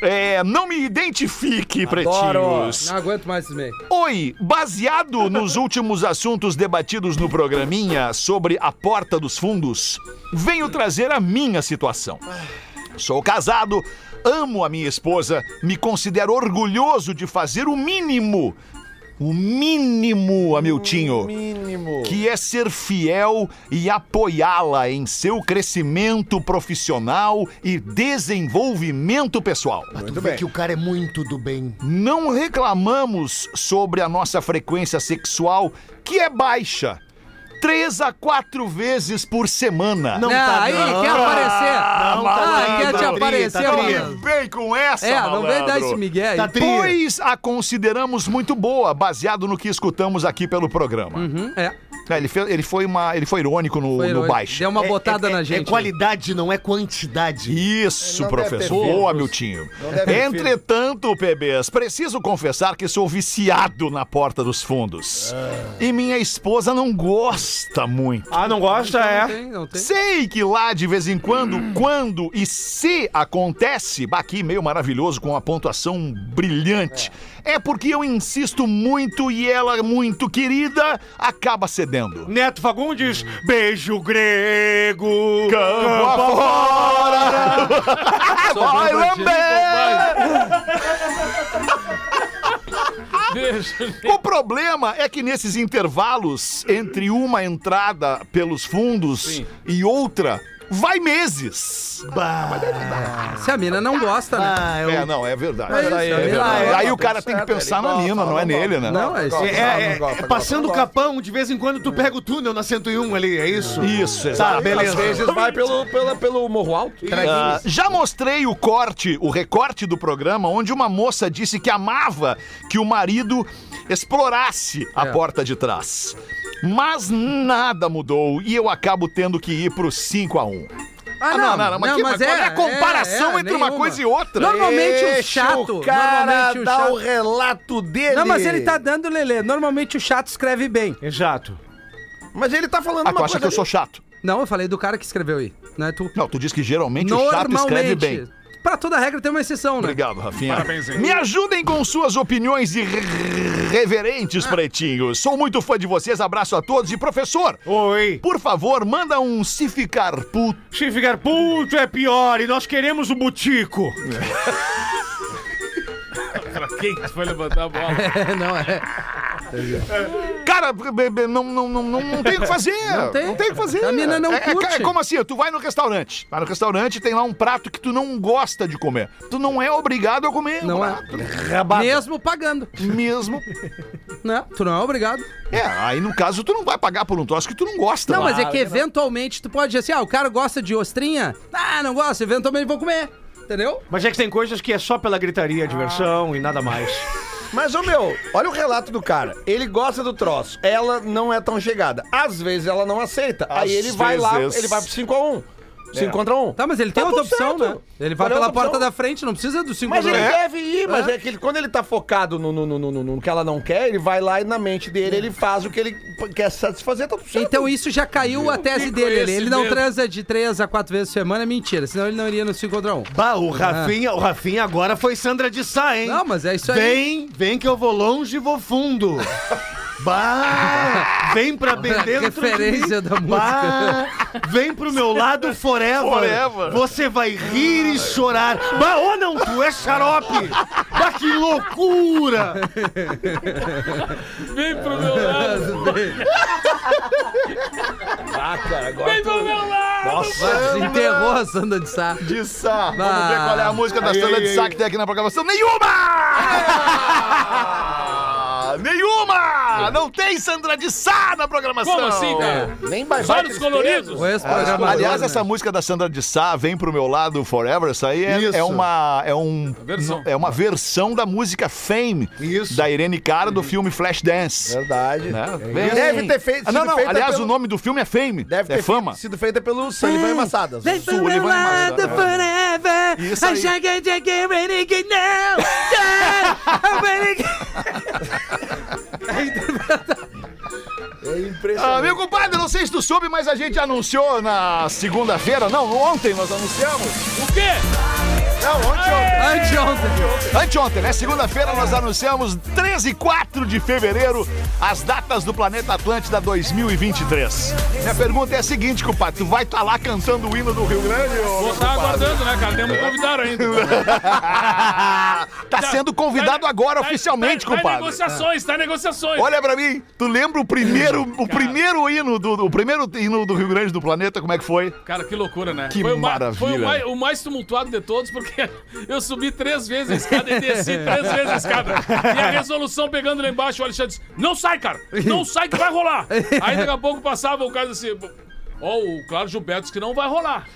D: É, não me identifique, pretinhos.
F: Não aguento mais esse meio.
D: Oi, baseado nos últimos assuntos debatidos no programinha sobre a porta dos fundos, venho trazer a minha situação. Sou casado, amo a minha esposa, me considero orgulhoso de fazer o mínimo. O mínimo, Amiltinho. mínimo. Que é ser fiel e apoiá-la em seu crescimento profissional e desenvolvimento pessoal.
H: Tu vê que o cara é muito do bem.
D: Não reclamamos sobre a nossa frequência sexual, que é baixa. Três a quatro vezes por semana.
F: Não,
H: tá
F: Ah, aí
H: dando.
F: quer aparecer.
H: Não tá
F: ah,
H: dando,
F: quer te
H: tá
F: aparecer,
H: triste, tá
F: mano.
H: triste.
D: vem com essa,
F: É, não vem dar
D: malandro.
F: esse migué aí.
H: Tá tri-
D: Pois a consideramos muito boa, baseado no que escutamos aqui pelo programa.
F: Uhum, é.
D: Não, ele, fez- ele foi uma, ele foi irônico no,
F: Foi
D: no
F: irônico.
D: baixo.
F: Deu uma botada
H: é, é,
F: na gente.
H: É qualidade, não é quantidade.
D: Isso,
I: Não deve ter
D: professor.
I: filhos.
D: Boa, Miltinho.
I: deve ter
D: Entretanto, PBs, preciso confessar que sou viciado na porta dos fundos. E minha esposa não gosta muito.
H: Ah, não gosta?
F: Não
H: É.
F: tem, não tem.
D: Sei que lá de vez em quando, quando e se acontece, bah, aqui meio maravilhoso com a pontuação brilhante, é. porque eu insisto muito e ela, muito querida, acaba cedendo.
H: Neto Fagundes, beijo grego.
D: Campo afora! Vai, Lambert!
E: Deixa.
D: O problema é que nesses intervalos entre uma entrada pelos fundos
E: Sim.
D: e outra, vai meses.
F: Se a mina não gosta, né?
H: Ah, eu-
D: É, não, é verdade.
F: É isso,
D: Aí,
F: é verdade.
D: Aí o
I: Tá
D: cara
I: tudo
D: tem que
I: certo, ele
D: pensar na
I: gosta,
D: mina, não é
I: não gosta.
D: nele, né?
F: Não, é isso.
H: É, é,
I: Não gosta,
H: é,
I: gosta,
H: passando o
I: gosta.
H: capão, de vez em quando tu pega o túnel na 101 ali, é isso?
D: Isso,
H: Tá,
D: exato.
H: beleza.
G: Às vezes vai pelo, pela, pelo morro alto.
D: Ah, já mostrei o corte, o recorte do programa, onde uma moça disse que amava que o marido explorasse a porta de trás. Mas nada mudou e eu acabo tendo que ir pro 5 a 1
F: Ah, não, não,
D: mas, que, mas qual é a comparação entre uma coisa e outra? É,
F: Normalmente o
G: Deixa
F: chato.
G: O cara
F: normalmente o
G: dá
F: chato.
G: o relato dele.
F: Não, mas ele tá dando lelê. Normalmente o chato escreve bem.
H: É jato.
G: Mas ele tá falando
D: Ah,
G: uma
D: tu
G: coisa.
D: acha que eu sou
G: ali.
D: chato?
F: Não, eu falei do cara que escreveu aí. Não é tu.
D: Não, tu diz que geralmente o chato escreve bem.
F: Normalmente. Pra toda regra tem uma exceção, né?
D: Obrigado, Rafinha. Me ajudem com suas opiniões irreverentes, pretinhos. Sou muito fã de vocês, abraço a todos. E professor,
H: Oi.
D: por favor, manda um se ficar puto.
H: Se ficar puto é pior e nós queremos o butico.
E: Pra quem que foi levantar a bola?
F: É, não, é.
D: Cara, be- be- não, não, não, não, não tem o que fazer. Não
F: tem.
D: o que fazer.
F: A mina não
D: é, é-
F: curte.
D: É, como assim? Tu vai no restaurante. Vai no restaurante tem lá um prato que tu não gosta de comer. Tu não é obrigado a comer.
F: Não
D: um
F: é.
D: prato.
F: Mesmo pagando.
D: Mesmo.
F: Né? Tu não é obrigado.
D: É, aí no caso tu não vai pagar por um troço que tu não gosta.
F: Não,
D: né?
F: mas é que eventualmente tu pode dizer assim, ah, o cara gosta de ostrinha? Ah, não gosta, eventualmente vou comer. Entendeu?
H: Mas é que tem coisas que é só pela gritaria, diversão e nada mais.
G: Mas, ô meu, olha o relato do cara. Ele gosta do troço. Ela não é tão chegada. Às vezes ela não aceita.
D: Às
G: aí ele vai lá,
D: vezes.
G: ele vai pro 5x1. 5 contra 1.
F: Tá, mas ele tem
G: Tá
F: outra
G: tudo
F: opção,
G: certo.
F: né? Ele vai
G: Qual é a
F: pela
G: outra
F: porta
G: opção?
F: da frente, não precisa do 5
G: Mas ele
D: É.
G: deve ir, mas é que ele- quando ele tá focado no, no, no, no- no- no que ela não quer, ele vai lá e na mente dele ele faz o que ele p- quer satisfazer, tá tudo certo.
F: Então isso já caiu a tese
E: Que
F: dele. Ele, ele não
E: conhecimento.
F: transa de 3 a 4 vezes por semana, é mentira. Senão ele não iria no 5 contra 1.
H: Bah, o Rafinha, o Rafinha agora foi Sandra de Sá, hein?
F: Não, mas é isso aí.
H: Vem, vem que eu vou longe e vou fundo. Bah, vem pra bem dentro de mim.
F: Referência da
H: Bah, vem pro meu lado forever.
D: Forever.
H: Você vai rir e chorar. Bah, ô não, tu é xarope. Bah, que loucura.
E: Vem pro meu lado!
G: Ah, cara, agora.
E: Vem pro meu lado!
F: Vai, enterrou a Sandra de Sá.
D: De Sá. Vamos
F: Ah.
D: ver qual é a música da Sandra de Sá que tem aqui na programação. Nenhuma! Nenhuma! Não tem Sandra de Sá na programação!
E: Como assim, cara?
G: Nem vai
E: Os olhos coloridos?
F: Conheço o né?
D: Ah,
F: programa.
D: aliás, essa música da Sandra de Sá, Vem Pro Meu Lado Forever, isso aí é,
H: Isso.
D: é uma, é, um,
E: Versão.
D: é uma versão da música Fame
H: Isso.
D: da Irene Cara do filme Flashdance.
G: Verdade.
D: Né?
G: isso. Deve ter feito-
D: Ah, não,
G: sido
D: não.
G: feita
D: Aliás,
G: pelo-
D: o nome do filme é Fame.
G: Deve ter
D: é fama.
G: fe- sido feita pelo Sullivan e Massadas.
F: Vem pro meu
D: Sullivan
F: lado
D: Massada.
F: forever.
D: Isso aí.
F: I shall get you get ready get now. Yeah, I'm ready get- Aí tu
G: É
D: Ah,
G: impressionante.
D: meu compadre, não sei se tu soube, mas a gente anunciou na segunda-feira, não, ontem nós anunciamos.
E: O quê?
D: Não, ontem,
F: Anteontem.
D: ontem. Anteontem, né? Segunda-feira nós anunciamos 13 e 4 de fevereiro as datas do Planeta Atlântida 2023. Minha pergunta é a seguinte, compadre, tu vai estar lá cantando o hino do Rio Grande ou...
E: Vou estar aguardando, né, cara? Temos um convidado ainda.
D: tá sendo convidado
E: Tá-
D: agora
E: tá-
D: oficialmente,
E: tá, tá em
D: compadre.
E: negociações, tá em negociações.
D: Olha pra mim, tu lembra o primeiro, o primeiro hino do, o primeiro hino do Rio Grande do planeta, como é que foi?
E: Cara, que loucura, né?
D: Que
E: o ma- foi o
D: maravilha.
E: mais, o mais tumultuado de todos, porque eu subi três vezes a escada e desci três vezes a escada. E a resolução pegando lá embaixo, o Alexandre disse, não sai, cara! Não sai que vai rolar! Aí daqui a pouco passava o cara assim, ó, o Claro Gilberto disse que não vai rolar.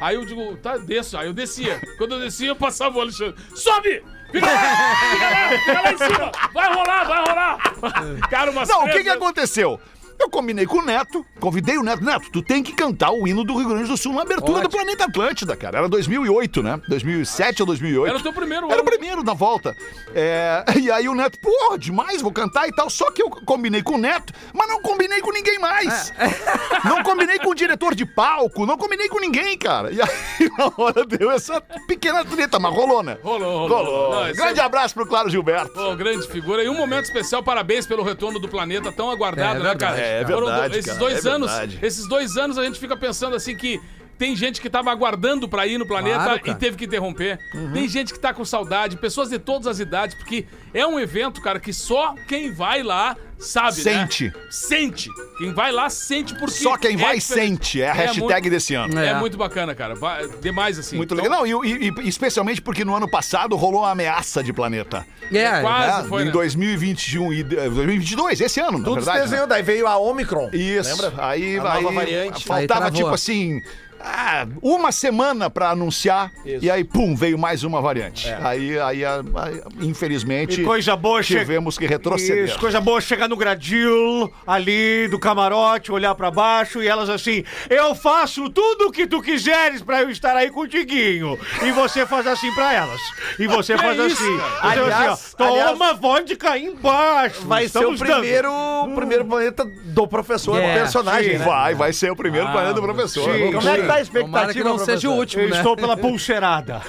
E: Aí eu digo, tá, desço. Aí eu descia. Quando eu descia, eu passava o Alexandre. Sobe! Fica lá, fica lá, fica lá em cima! Vai rolar, vai rolar! Cara, umas
D: Não, o
E: três
D: que, que
E: vezes-
D: aconteceu? Eu combinei com o Neto, convidei o Neto. Neto, tu tem que cantar o hino do Rio Grande do Sul na abertura do Planeta Atlântida, cara. Era 2008, né? 2007 ou 2008.
E: Era o teu primeiro
D: Era o
E: ano.
D: primeiro da volta. É, e aí o Neto, porra, demais, vou cantar e tal. Só que eu combinei com o Neto, mas não combinei com ninguém mais.
E: É.
D: Não combinei com o diretor de palco, não combinei com ninguém, cara. E aí na hora deu essa pequena treta, mas rolou, né?
E: Rolou, rolou. Não, é
D: Grande
E: sempre-
D: abraço pro Claro Gilberto.
E: Pô, grande figura. E um momento especial, parabéns pelo retorno do planeta tão aguardado, né, cara?
D: é
E: Foram
D: verdade,
E: do- esses
D: cara,
E: dois
D: é
E: anos,
D: verdade.
E: esses dois anos a gente fica pensando assim que tem gente que tava aguardando pra ir no planeta
F: Claro,
E: e
F: cara.
E: teve que interromper.
D: Uhum.
E: Tem gente que tá com saudade, pessoas de todas as idades, porque é um evento, cara, que só quem vai lá sabe,
D: Sente.
E: né? Sente. Quem vai lá sente porque
D: Só quem
E: é
D: vai
E: diferente.
D: sente. É a hashtag
E: muito-
D: desse ano.
E: É.
F: É.
E: muito bacana, cara. Vai- Demais assim.
D: Muito
E: Então,
D: legal. Não, e, e- e especialmente porque no ano passado rolou a ameaça de planeta.
F: É,
E: Quase
D: né?
E: foi,
D: em
E: né?
D: 2021 e eh, 2022, esse ano, na
I: Tudo se
D: verdade. né?
I: desenhou, daí veio a Omicron.
D: Isso. Aí,
I: A nova
D: aí
I: variante.
D: faltava
F: Aí travou.
D: tipo assim, ah, uma semana pra anunciar e aí pum, veio mais uma variante. Aí, aí, a- aí, infelizmente
H: E coisa boa che-
D: tivemos que
I: É assim,
D: retroceder.
H: Isso, coisa boa chegar no gradil ali do camarote, olhar pra baixo e elas assim: Eu faço tudo o que tu quiseres pra eu estar aí contiguinho. E você faz assim pra elas. E você
E: Que
H: faz
E: é isso,
H: assim.
E: cara?
H: Você faz assim, ó,
I: Aliás-
H: Toma
I: aliás-
H: vodka embaixo.
I: Vai
H: Estamos
I: ser o
H: dando."
I: primeiro, primeiro planeta do professor,
F: É,
I: personagem, né?
D: Vai, vai ser o primeiro planeta do professor.
H: sim.
I: Como é que tá a expectativa, É.
F: Tomara que não seja o
I: professor?
F: último,
H: Eu
F: né?
H: estou pela pulseirada.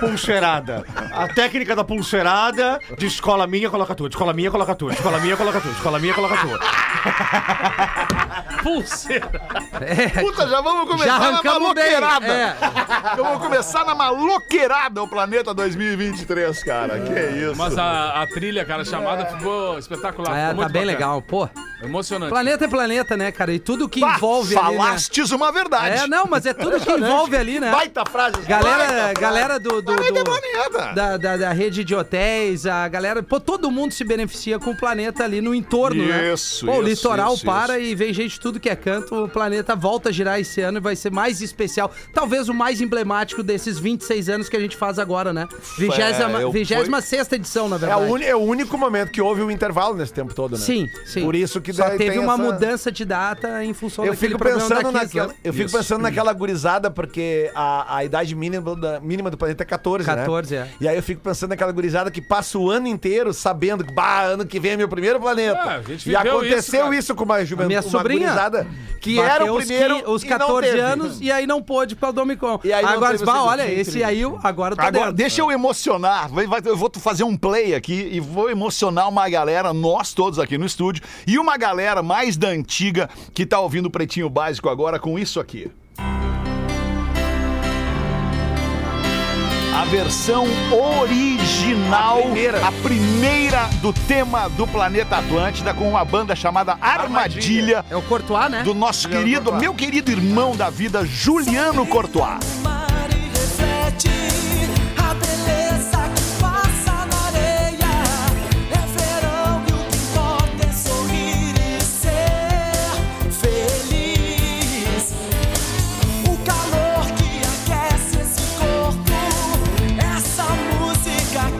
H: Pulseirada. A técnica da pulseirada de escola minha, coloca tua. de Escola minha, coloca tua. de Escola minha, coloca tua. de Escola minha, coloca tua.
E: Pulseira.
D: Puta, já vamos
F: Já
D: começar na
F: arrancamos bem.
D: maloqueirada.
F: É.
D: Eu vou começar na maloqueirada o Planeta 2023, cara. Que isso.
E: Mas a, a trilha, cara, a chamada ficou espetacular.
F: Ah,
E: ficou
F: tá
E: muito
F: bem
E: bacana.
F: legal, pô.
E: Emocionante.
F: Planeta é planeta, né, cara? E tudo que
D: Pá,
F: envolve ali, né?
D: Ah, falastes uma verdade.
F: É, não, mas é tudo que envolve ali, né?
I: Baita frase.
F: Galera, galera do, do,
D: Planeta é
F: do-
D: planeta.
F: da, da, da rede de hotéis, a galera. Pô, todo mundo se beneficia com o planeta ali no entorno, né?
D: Isso,
F: Pô, o
D: isso,
F: litoral
D: isso,
F: para e vem gente de tudo que é canto. O planeta volta a girar esse ano e vai ser mais especial. Talvez o mais emblemático desses 26 anos que a gente faz agora, né?
D: eu
F: 26 edição, na
I: É o,
F: verdade.
I: uni- é o único momento que houve um intervalo nesse tempo todo, né?
F: Sim, sim.
I: Por isso que
F: Só
I: daí
F: teve
I: tem
F: uma
I: essa-
F: mudança de data em função
I: Eu
F: daquele
I: fico
F: programa
I: pensando
F: da Kiss,
I: naquela,
F: né?
I: eu fico pensando naquela gurizada porque a, a idade mínima, da- mínima do planeta é 14, né?
F: 14, é.
I: E aí eu fico pensando naquela gurizada que passa o ano inteiro sabendo que, bah, ano que vem é meu primeiro planeta.
E: Ah, a gente
I: e
E: viveu isso,
I: aconteceu
E: cara.
I: isso, com uma juventude, É
F: minha
I: uma
F: sobrinha
I: gurizada que
F: Bateu
I: era o
F: os qui-
I: primeiro
F: os
I: e não
F: 14
I: teve.
F: anos e aí não pôde para o Domicon.
I: E aí não
F: agora,
I: teve o
F: bah,
I: segundo,
F: olha,
I: que
F: esse
I: incrível.
F: aí eu- agora tá
D: Agora,
F: dentro.
D: deixa eu emocionar. Vai- vai- Eu vou fazer um play aqui e vou emocionar uma galera, nós todos aqui no estúdio, e uma galera mais da antiga que tá ouvindo o Pretinho Básico agora com isso aqui. A versão original, a primeira. do tema do Planeta Atlântida com uma banda chamada Armadilha
F: É o Courtois, né?
D: do nosso querido, meu querido irmão da vida, Juliano Courtois.
F: É Um é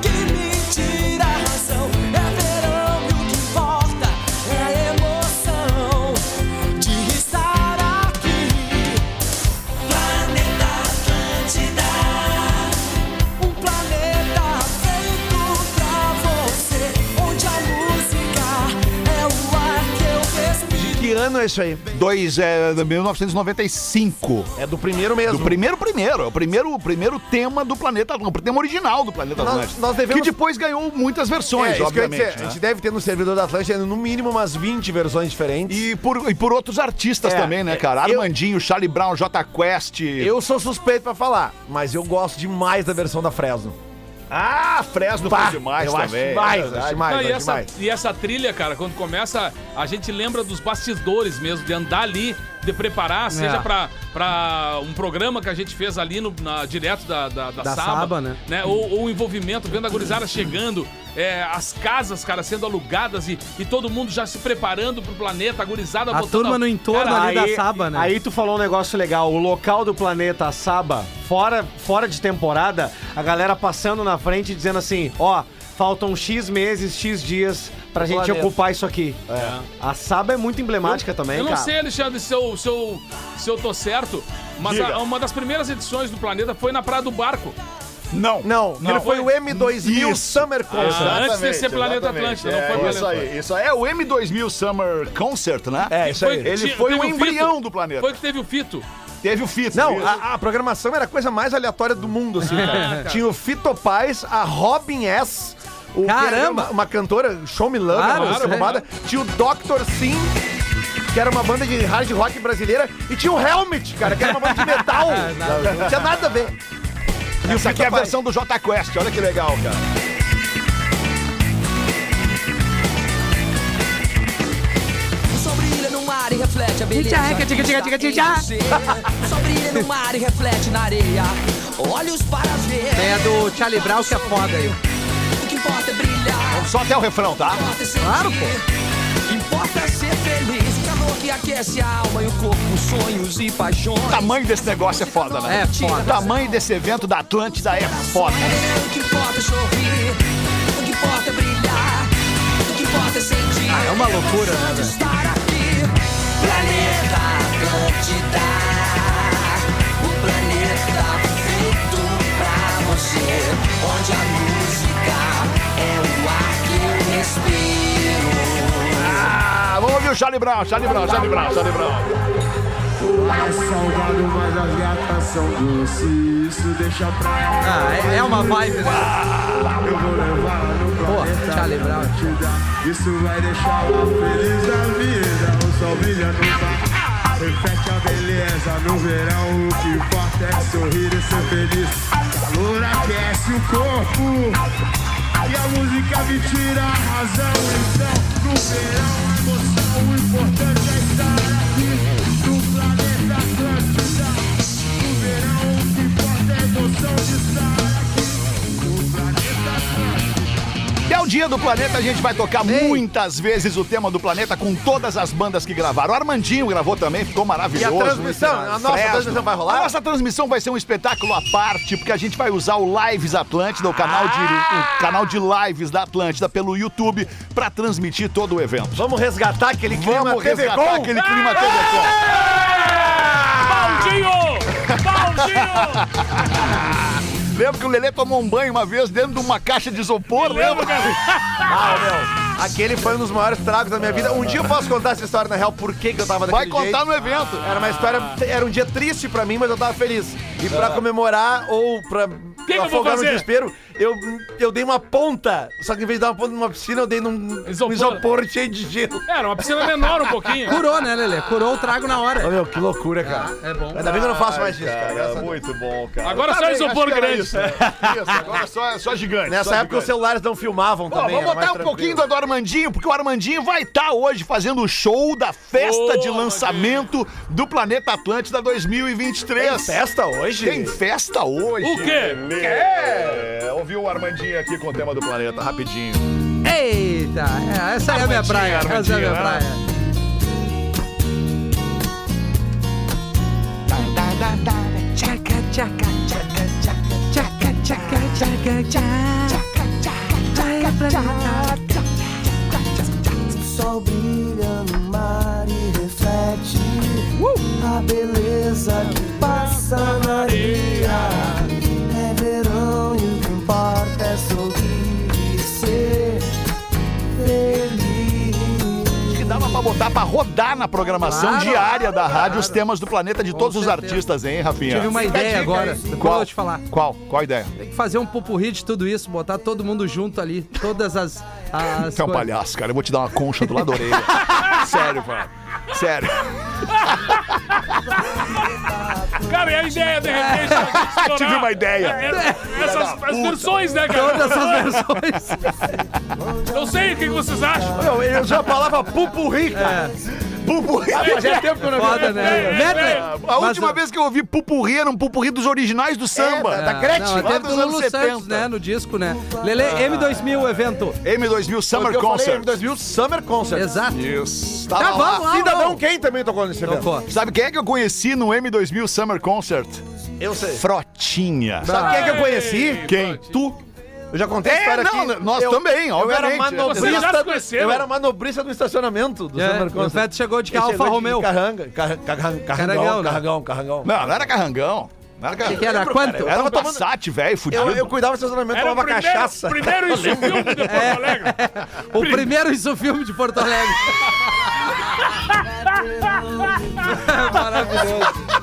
I: Que ano é isso aí?
D: Dois, é, 1995.
I: É do primeiro mesmo.
D: Do primeiro, primeiro. É o primeiro, o primeiro tema do planeta Atlântico. O tema original do planeta
I: Nós-
D: Atlântico.
I: nós devemos-
D: Que depois ganhou muitas
I: É,
D: versões,
I: isso que eu ia
D: obviamente.
I: dizer. A
D: né?
I: gente deve ter no servidor da Atlântida no mínimo umas 20 versões diferentes.
D: E por, e por outros artistas
I: É,
D: também, né, cara?
I: eu-
D: Armandinho, Charlie Brown, J Quest.
I: Eu sou suspeito pra falar, mas eu gosto demais da versão da Fresno.
D: Ah, Fresno
I: Pá,
D: foi demais
I: eu acho
D: também.
I: demais,
D: é verdade.
I: acho demais,
E: Não, e,
I: acho
E: essa,
I: demais.
E: e essa trilha, cara, quando começa, a gente lembra dos bastidores mesmo, de andar ali, de
F: É.
E: preparar, seja pra, pra um programa que a gente fez ali no, na- direto da, da, da,
F: Da
E: Saba,
F: Saba, né?
E: Ou, ou o envolvimento, vendo a gurizada chegando, é, as casas, cara, sendo alugadas e, e todo mundo já se preparando pro planeta, a gurizada
F: A turma no entorno
E: Cara,
F: ali da Saba, né?
H: Aí tu falou um negócio legal. O local do planeta Saba, fora, fora de temporada, a galera passando na frente e dizendo assim: ó, faltam X meses, X dias
K: pra gente
L: Planeta.
K: ocupar isso aqui. A Saba é muito emblemática também,
E: Eu não
K: cara.
E: sei, Alexandre, se eu, se eu, se eu tô certo, mas
D: Diga.
E: a- uma das primeiras edições do Planeta foi na Praia do Barco.
D: Não.
I: Não,
E: Não,
I: ele foi o
E: foi-
I: M2000
D: Isso.
I: Summer Concert.
E: Ah, antes de
L: Exatamente,
E: ser Planeta
L: exatamente.
E: Atlântico, não
L: É,
E: foi
D: Isso
E: Planeta
D: aí, isso aí. É o M2000 Summer Concert, né? É,
I: isso aí.
D: Ele
E: tinha-
D: foi o
E: teve
D: embrião
E: Fito.
D: do planeta.
E: Foi que teve o Fito.
D: Teve o Fito.
I: Não,
D: isso.
I: a, a programação era a coisa mais aleatória do mundo, assim, cara.
E: cara.
I: Tinha o Fito Paz, a Robin S. O
F: Caramba!
I: que era Uma, uma cantora, Show Me Love,
F: Claro,
I: uma
F: isso é.
I: roubada. Tinha o Dr. Sim, que era uma banda de hard rock brasileira. E tinha o Helmet, cara, que era uma banda de metal. Não tinha nada a ver.
D: E Isso aqui é a
I: Fito Paz.
D: versão do J Quest, olha que legal, cara.
H: é Só brilha no mar e reflete a beleza.
F: Tchá, tchá, tchá, tchá, tchá, tchá.
H: que está em você. Só brilha no mar e reflete na areia. Olhos para ver.
F: É do Charlie Brown que é foda aí.
H: O que importa é brilhar.
D: Só até o refrão, tá?
H: O que importa é sentir.
F: Claro,
H: Importa ser feliz. O calor que aquece a alma e o corpo. Sonhos e paixões.
D: O
I: Tá
D: tamanho desse negócio é foda, né?
F: É
D: O
F: foda.
D: tamanho desse evento da Atlântida é foda.
H: O que importa é sorrir. O que importa é brilhar. O que importa é sentir.
F: Ah, é uma loucura,
H: A emoção
F: né,
H: de
F: velho?
H: estar aqui. Planeta Atlântida. O planeta feito pra você. Onde a música é o ar que eu respiro.
D: Ah, vamos ouvir o Charlie Brown, Charlie Brown, Charlie Brown, Charlie Brown.
F: Então-
G: é
F: Ah, é, é uma vibe, né? Pô, Charlie Brown.
G: é
D: Até é o dia do planeta a gente vai tocar muitas vezes o tema do planeta com todas as bandas que gravaram. O Armandinho gravou também, ficou maravilhoso.
I: E a transmissão? A nossa
D: Fresno.
I: transmissão vai rolar?
D: A nossa transmissão vai ser um espetáculo à parte, porque a gente vai usar o Lives Atlântida, o canal de,
I: Ah!
D: o canal de lives da Atlântida pelo YouTube, pra transmitir todo o evento.
I: Vamos resgatar aquele clima
D: Vamos
I: TV
D: resgatar
I: Gol.
D: aquele clima TV
I: Ah!
D: Gol.
E: Baldinho! Baldinho!
D: Lembra que o Lelê tomou um banho uma vez dentro de uma caixa de isopor, lembra?
I: Aquele foi um dos maiores tragos da minha vida. Um dia eu posso contar essa história na real, por que que eu tava
D: Vai
I: daquele jeito.
D: contar no evento.
I: Era uma história, era um dia triste pra mim, mas eu tava feliz. E pra comemorar ou pra
E: que eu vou
I: afogar no
E: fazer?
I: desespero, eu, eu dei uma ponta. Só que em vez de dar uma ponta numa piscina, eu dei num
E: Isopor.
I: isopor, um isopor cheio de gelo.
E: Era uma piscina menor um pouquinho.
F: Curou, né, Lelê? Curou o trago na hora.
I: Ô, meu, que loucura, cara.
F: É bom.
I: Ainda bem que eu não faço mais isso, cara.
D: Cara, muito bom, cara.
E: Agora só
D: bem,
E: isopor
D: acho que era
E: grande.
D: Isso, né? Isso, agora só, só gigante. só
I: Nessa época os
D: gigante.
I: celulares não filmavam
D: Ó,
I: também.
D: vamos
I: era
D: botar um
I: mais
D: pouquinho
I: tranquilo.
D: do, do Armandinho, porque o Armandinho vai estar hoje fazendo o show da festa
E: Boa,
D: de lançamento do Planeta Atlântida 2023. Tem
I: Festa hoje?
D: festa hoje.
E: O quê?
D: É, ouvi o Armandinho aqui com o tema do planeta, rapidinho.
F: Eita, é, essa é a minha
D: Armandinho,
F: praia. Essa é a
D: Armandinho,
F: minha
D: né?
F: praia.
H: Sol brilha no mar e reflete a beleza que passa na areia. É verão e o que importa é sorrir e ser feliz.
D: que dava pra botar pra rodar na programação
F: Claro,
D: diária da rádio os
F: claro.
D: temas do planeta de todos os
F: certeza.
D: artistas, hein, Rafinha?
F: Tive uma ideia agora. Depois eu vou te falar.
D: Qual? Qual a ideia?
F: Tem que fazer um pupurri de tudo isso, botar todo mundo junto ali. Todas as. as
D: Você é um
F: coisas.
D: palhaço, cara. Eu vou te dar uma concha do lado da orelha. Sério, mano. Sério.
E: Cara, e a ideia, de repente, estourar?
D: Tive uma ideia.
E: É, é, essas as versões, né, cara?
F: Todas as versões.
E: Não sei o que que vocês acham.
I: Não, ele usou a palavra
F: É.
I: pupurri, cara. Pupurri.
D: Ah,
I: Fazia tempo que eu não via.
F: Foda, né?
D: é A
F: Medley. Mas
D: última
F: o-
D: vez que eu ouvi pupurri era um pupurri dos originais do samba.
I: da- da Gretchen,
D: lá
F: Ah, Não, teve
D: Tá dos anos
F: do
D: Ah.
F: Lulu
D: 70.
F: Santos, né? No disco, né? Lele, M2000, o evento.
D: M2000 Summer
I: Eu falei,
D: Concert.
I: 2000 Summer Concert.
F: Exato.
D: Isso.
F: Tá,
D: Tava
F: vamos
D: lá.
F: lá. Então,
I: Cidadão
F: vamos.
I: quem também tocou nesse evento?
F: Tocou.
D: Sabe quem é que eu conheci no M2000 Summer Concert?
I: Eu sei.
D: Frotinha.
I: Sabe quem é que eu conheci?
D: Quem? Tu?
I: Eu já contei a
M: É,
I: história
M: não,
I: aqui.
M: nós
I: eu,
M: também,
I: Eu era
M: obviamente.
E: Vocês já
I: manobrista.
E: se conheceram?
I: eu era manobrista do estacionamento do
F: É,
I: Sandro
F: o Feto chegou de carro Alfa Romeo.
I: Carranga, carra- carra-
F: Carangão,
I: carrangão,
F: né?
I: carrangão, carrangão.
N: Não, não era carrangão. Não era carrangão.
F: Que era quanto?
N: Era um Passat, velho, fudido.
I: Eu, eu cuidava do estacionamento,
E: Era o
I: tomava
E: primeiro,
I: cachaça.
E: primeiro isso filme de Porto Alegre.
F: O primeiro isso filme de Porto Alegre. Maravilhoso.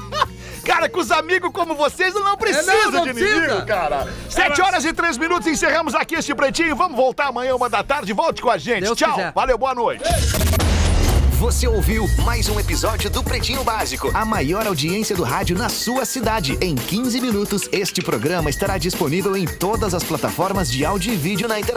D: Cara, com os amigos como vocês, não precisa
F: É, não, não
D: de
F: precisa.
D: inimigo, cara. Sete horas e três minutos, encerramos aqui este pretinho. Vamos voltar amanhã, uma da tarde. Volte com a gente.
F: Deus
D: Tchau.
F: quiser.
D: Valeu, boa noite.
J: Você ouviu mais um episódio do Pretinho Básico, a maior audiência do rádio na sua cidade. Em 15 minutos, este programa estará disponível em todas as plataformas de áudio e vídeo na internet.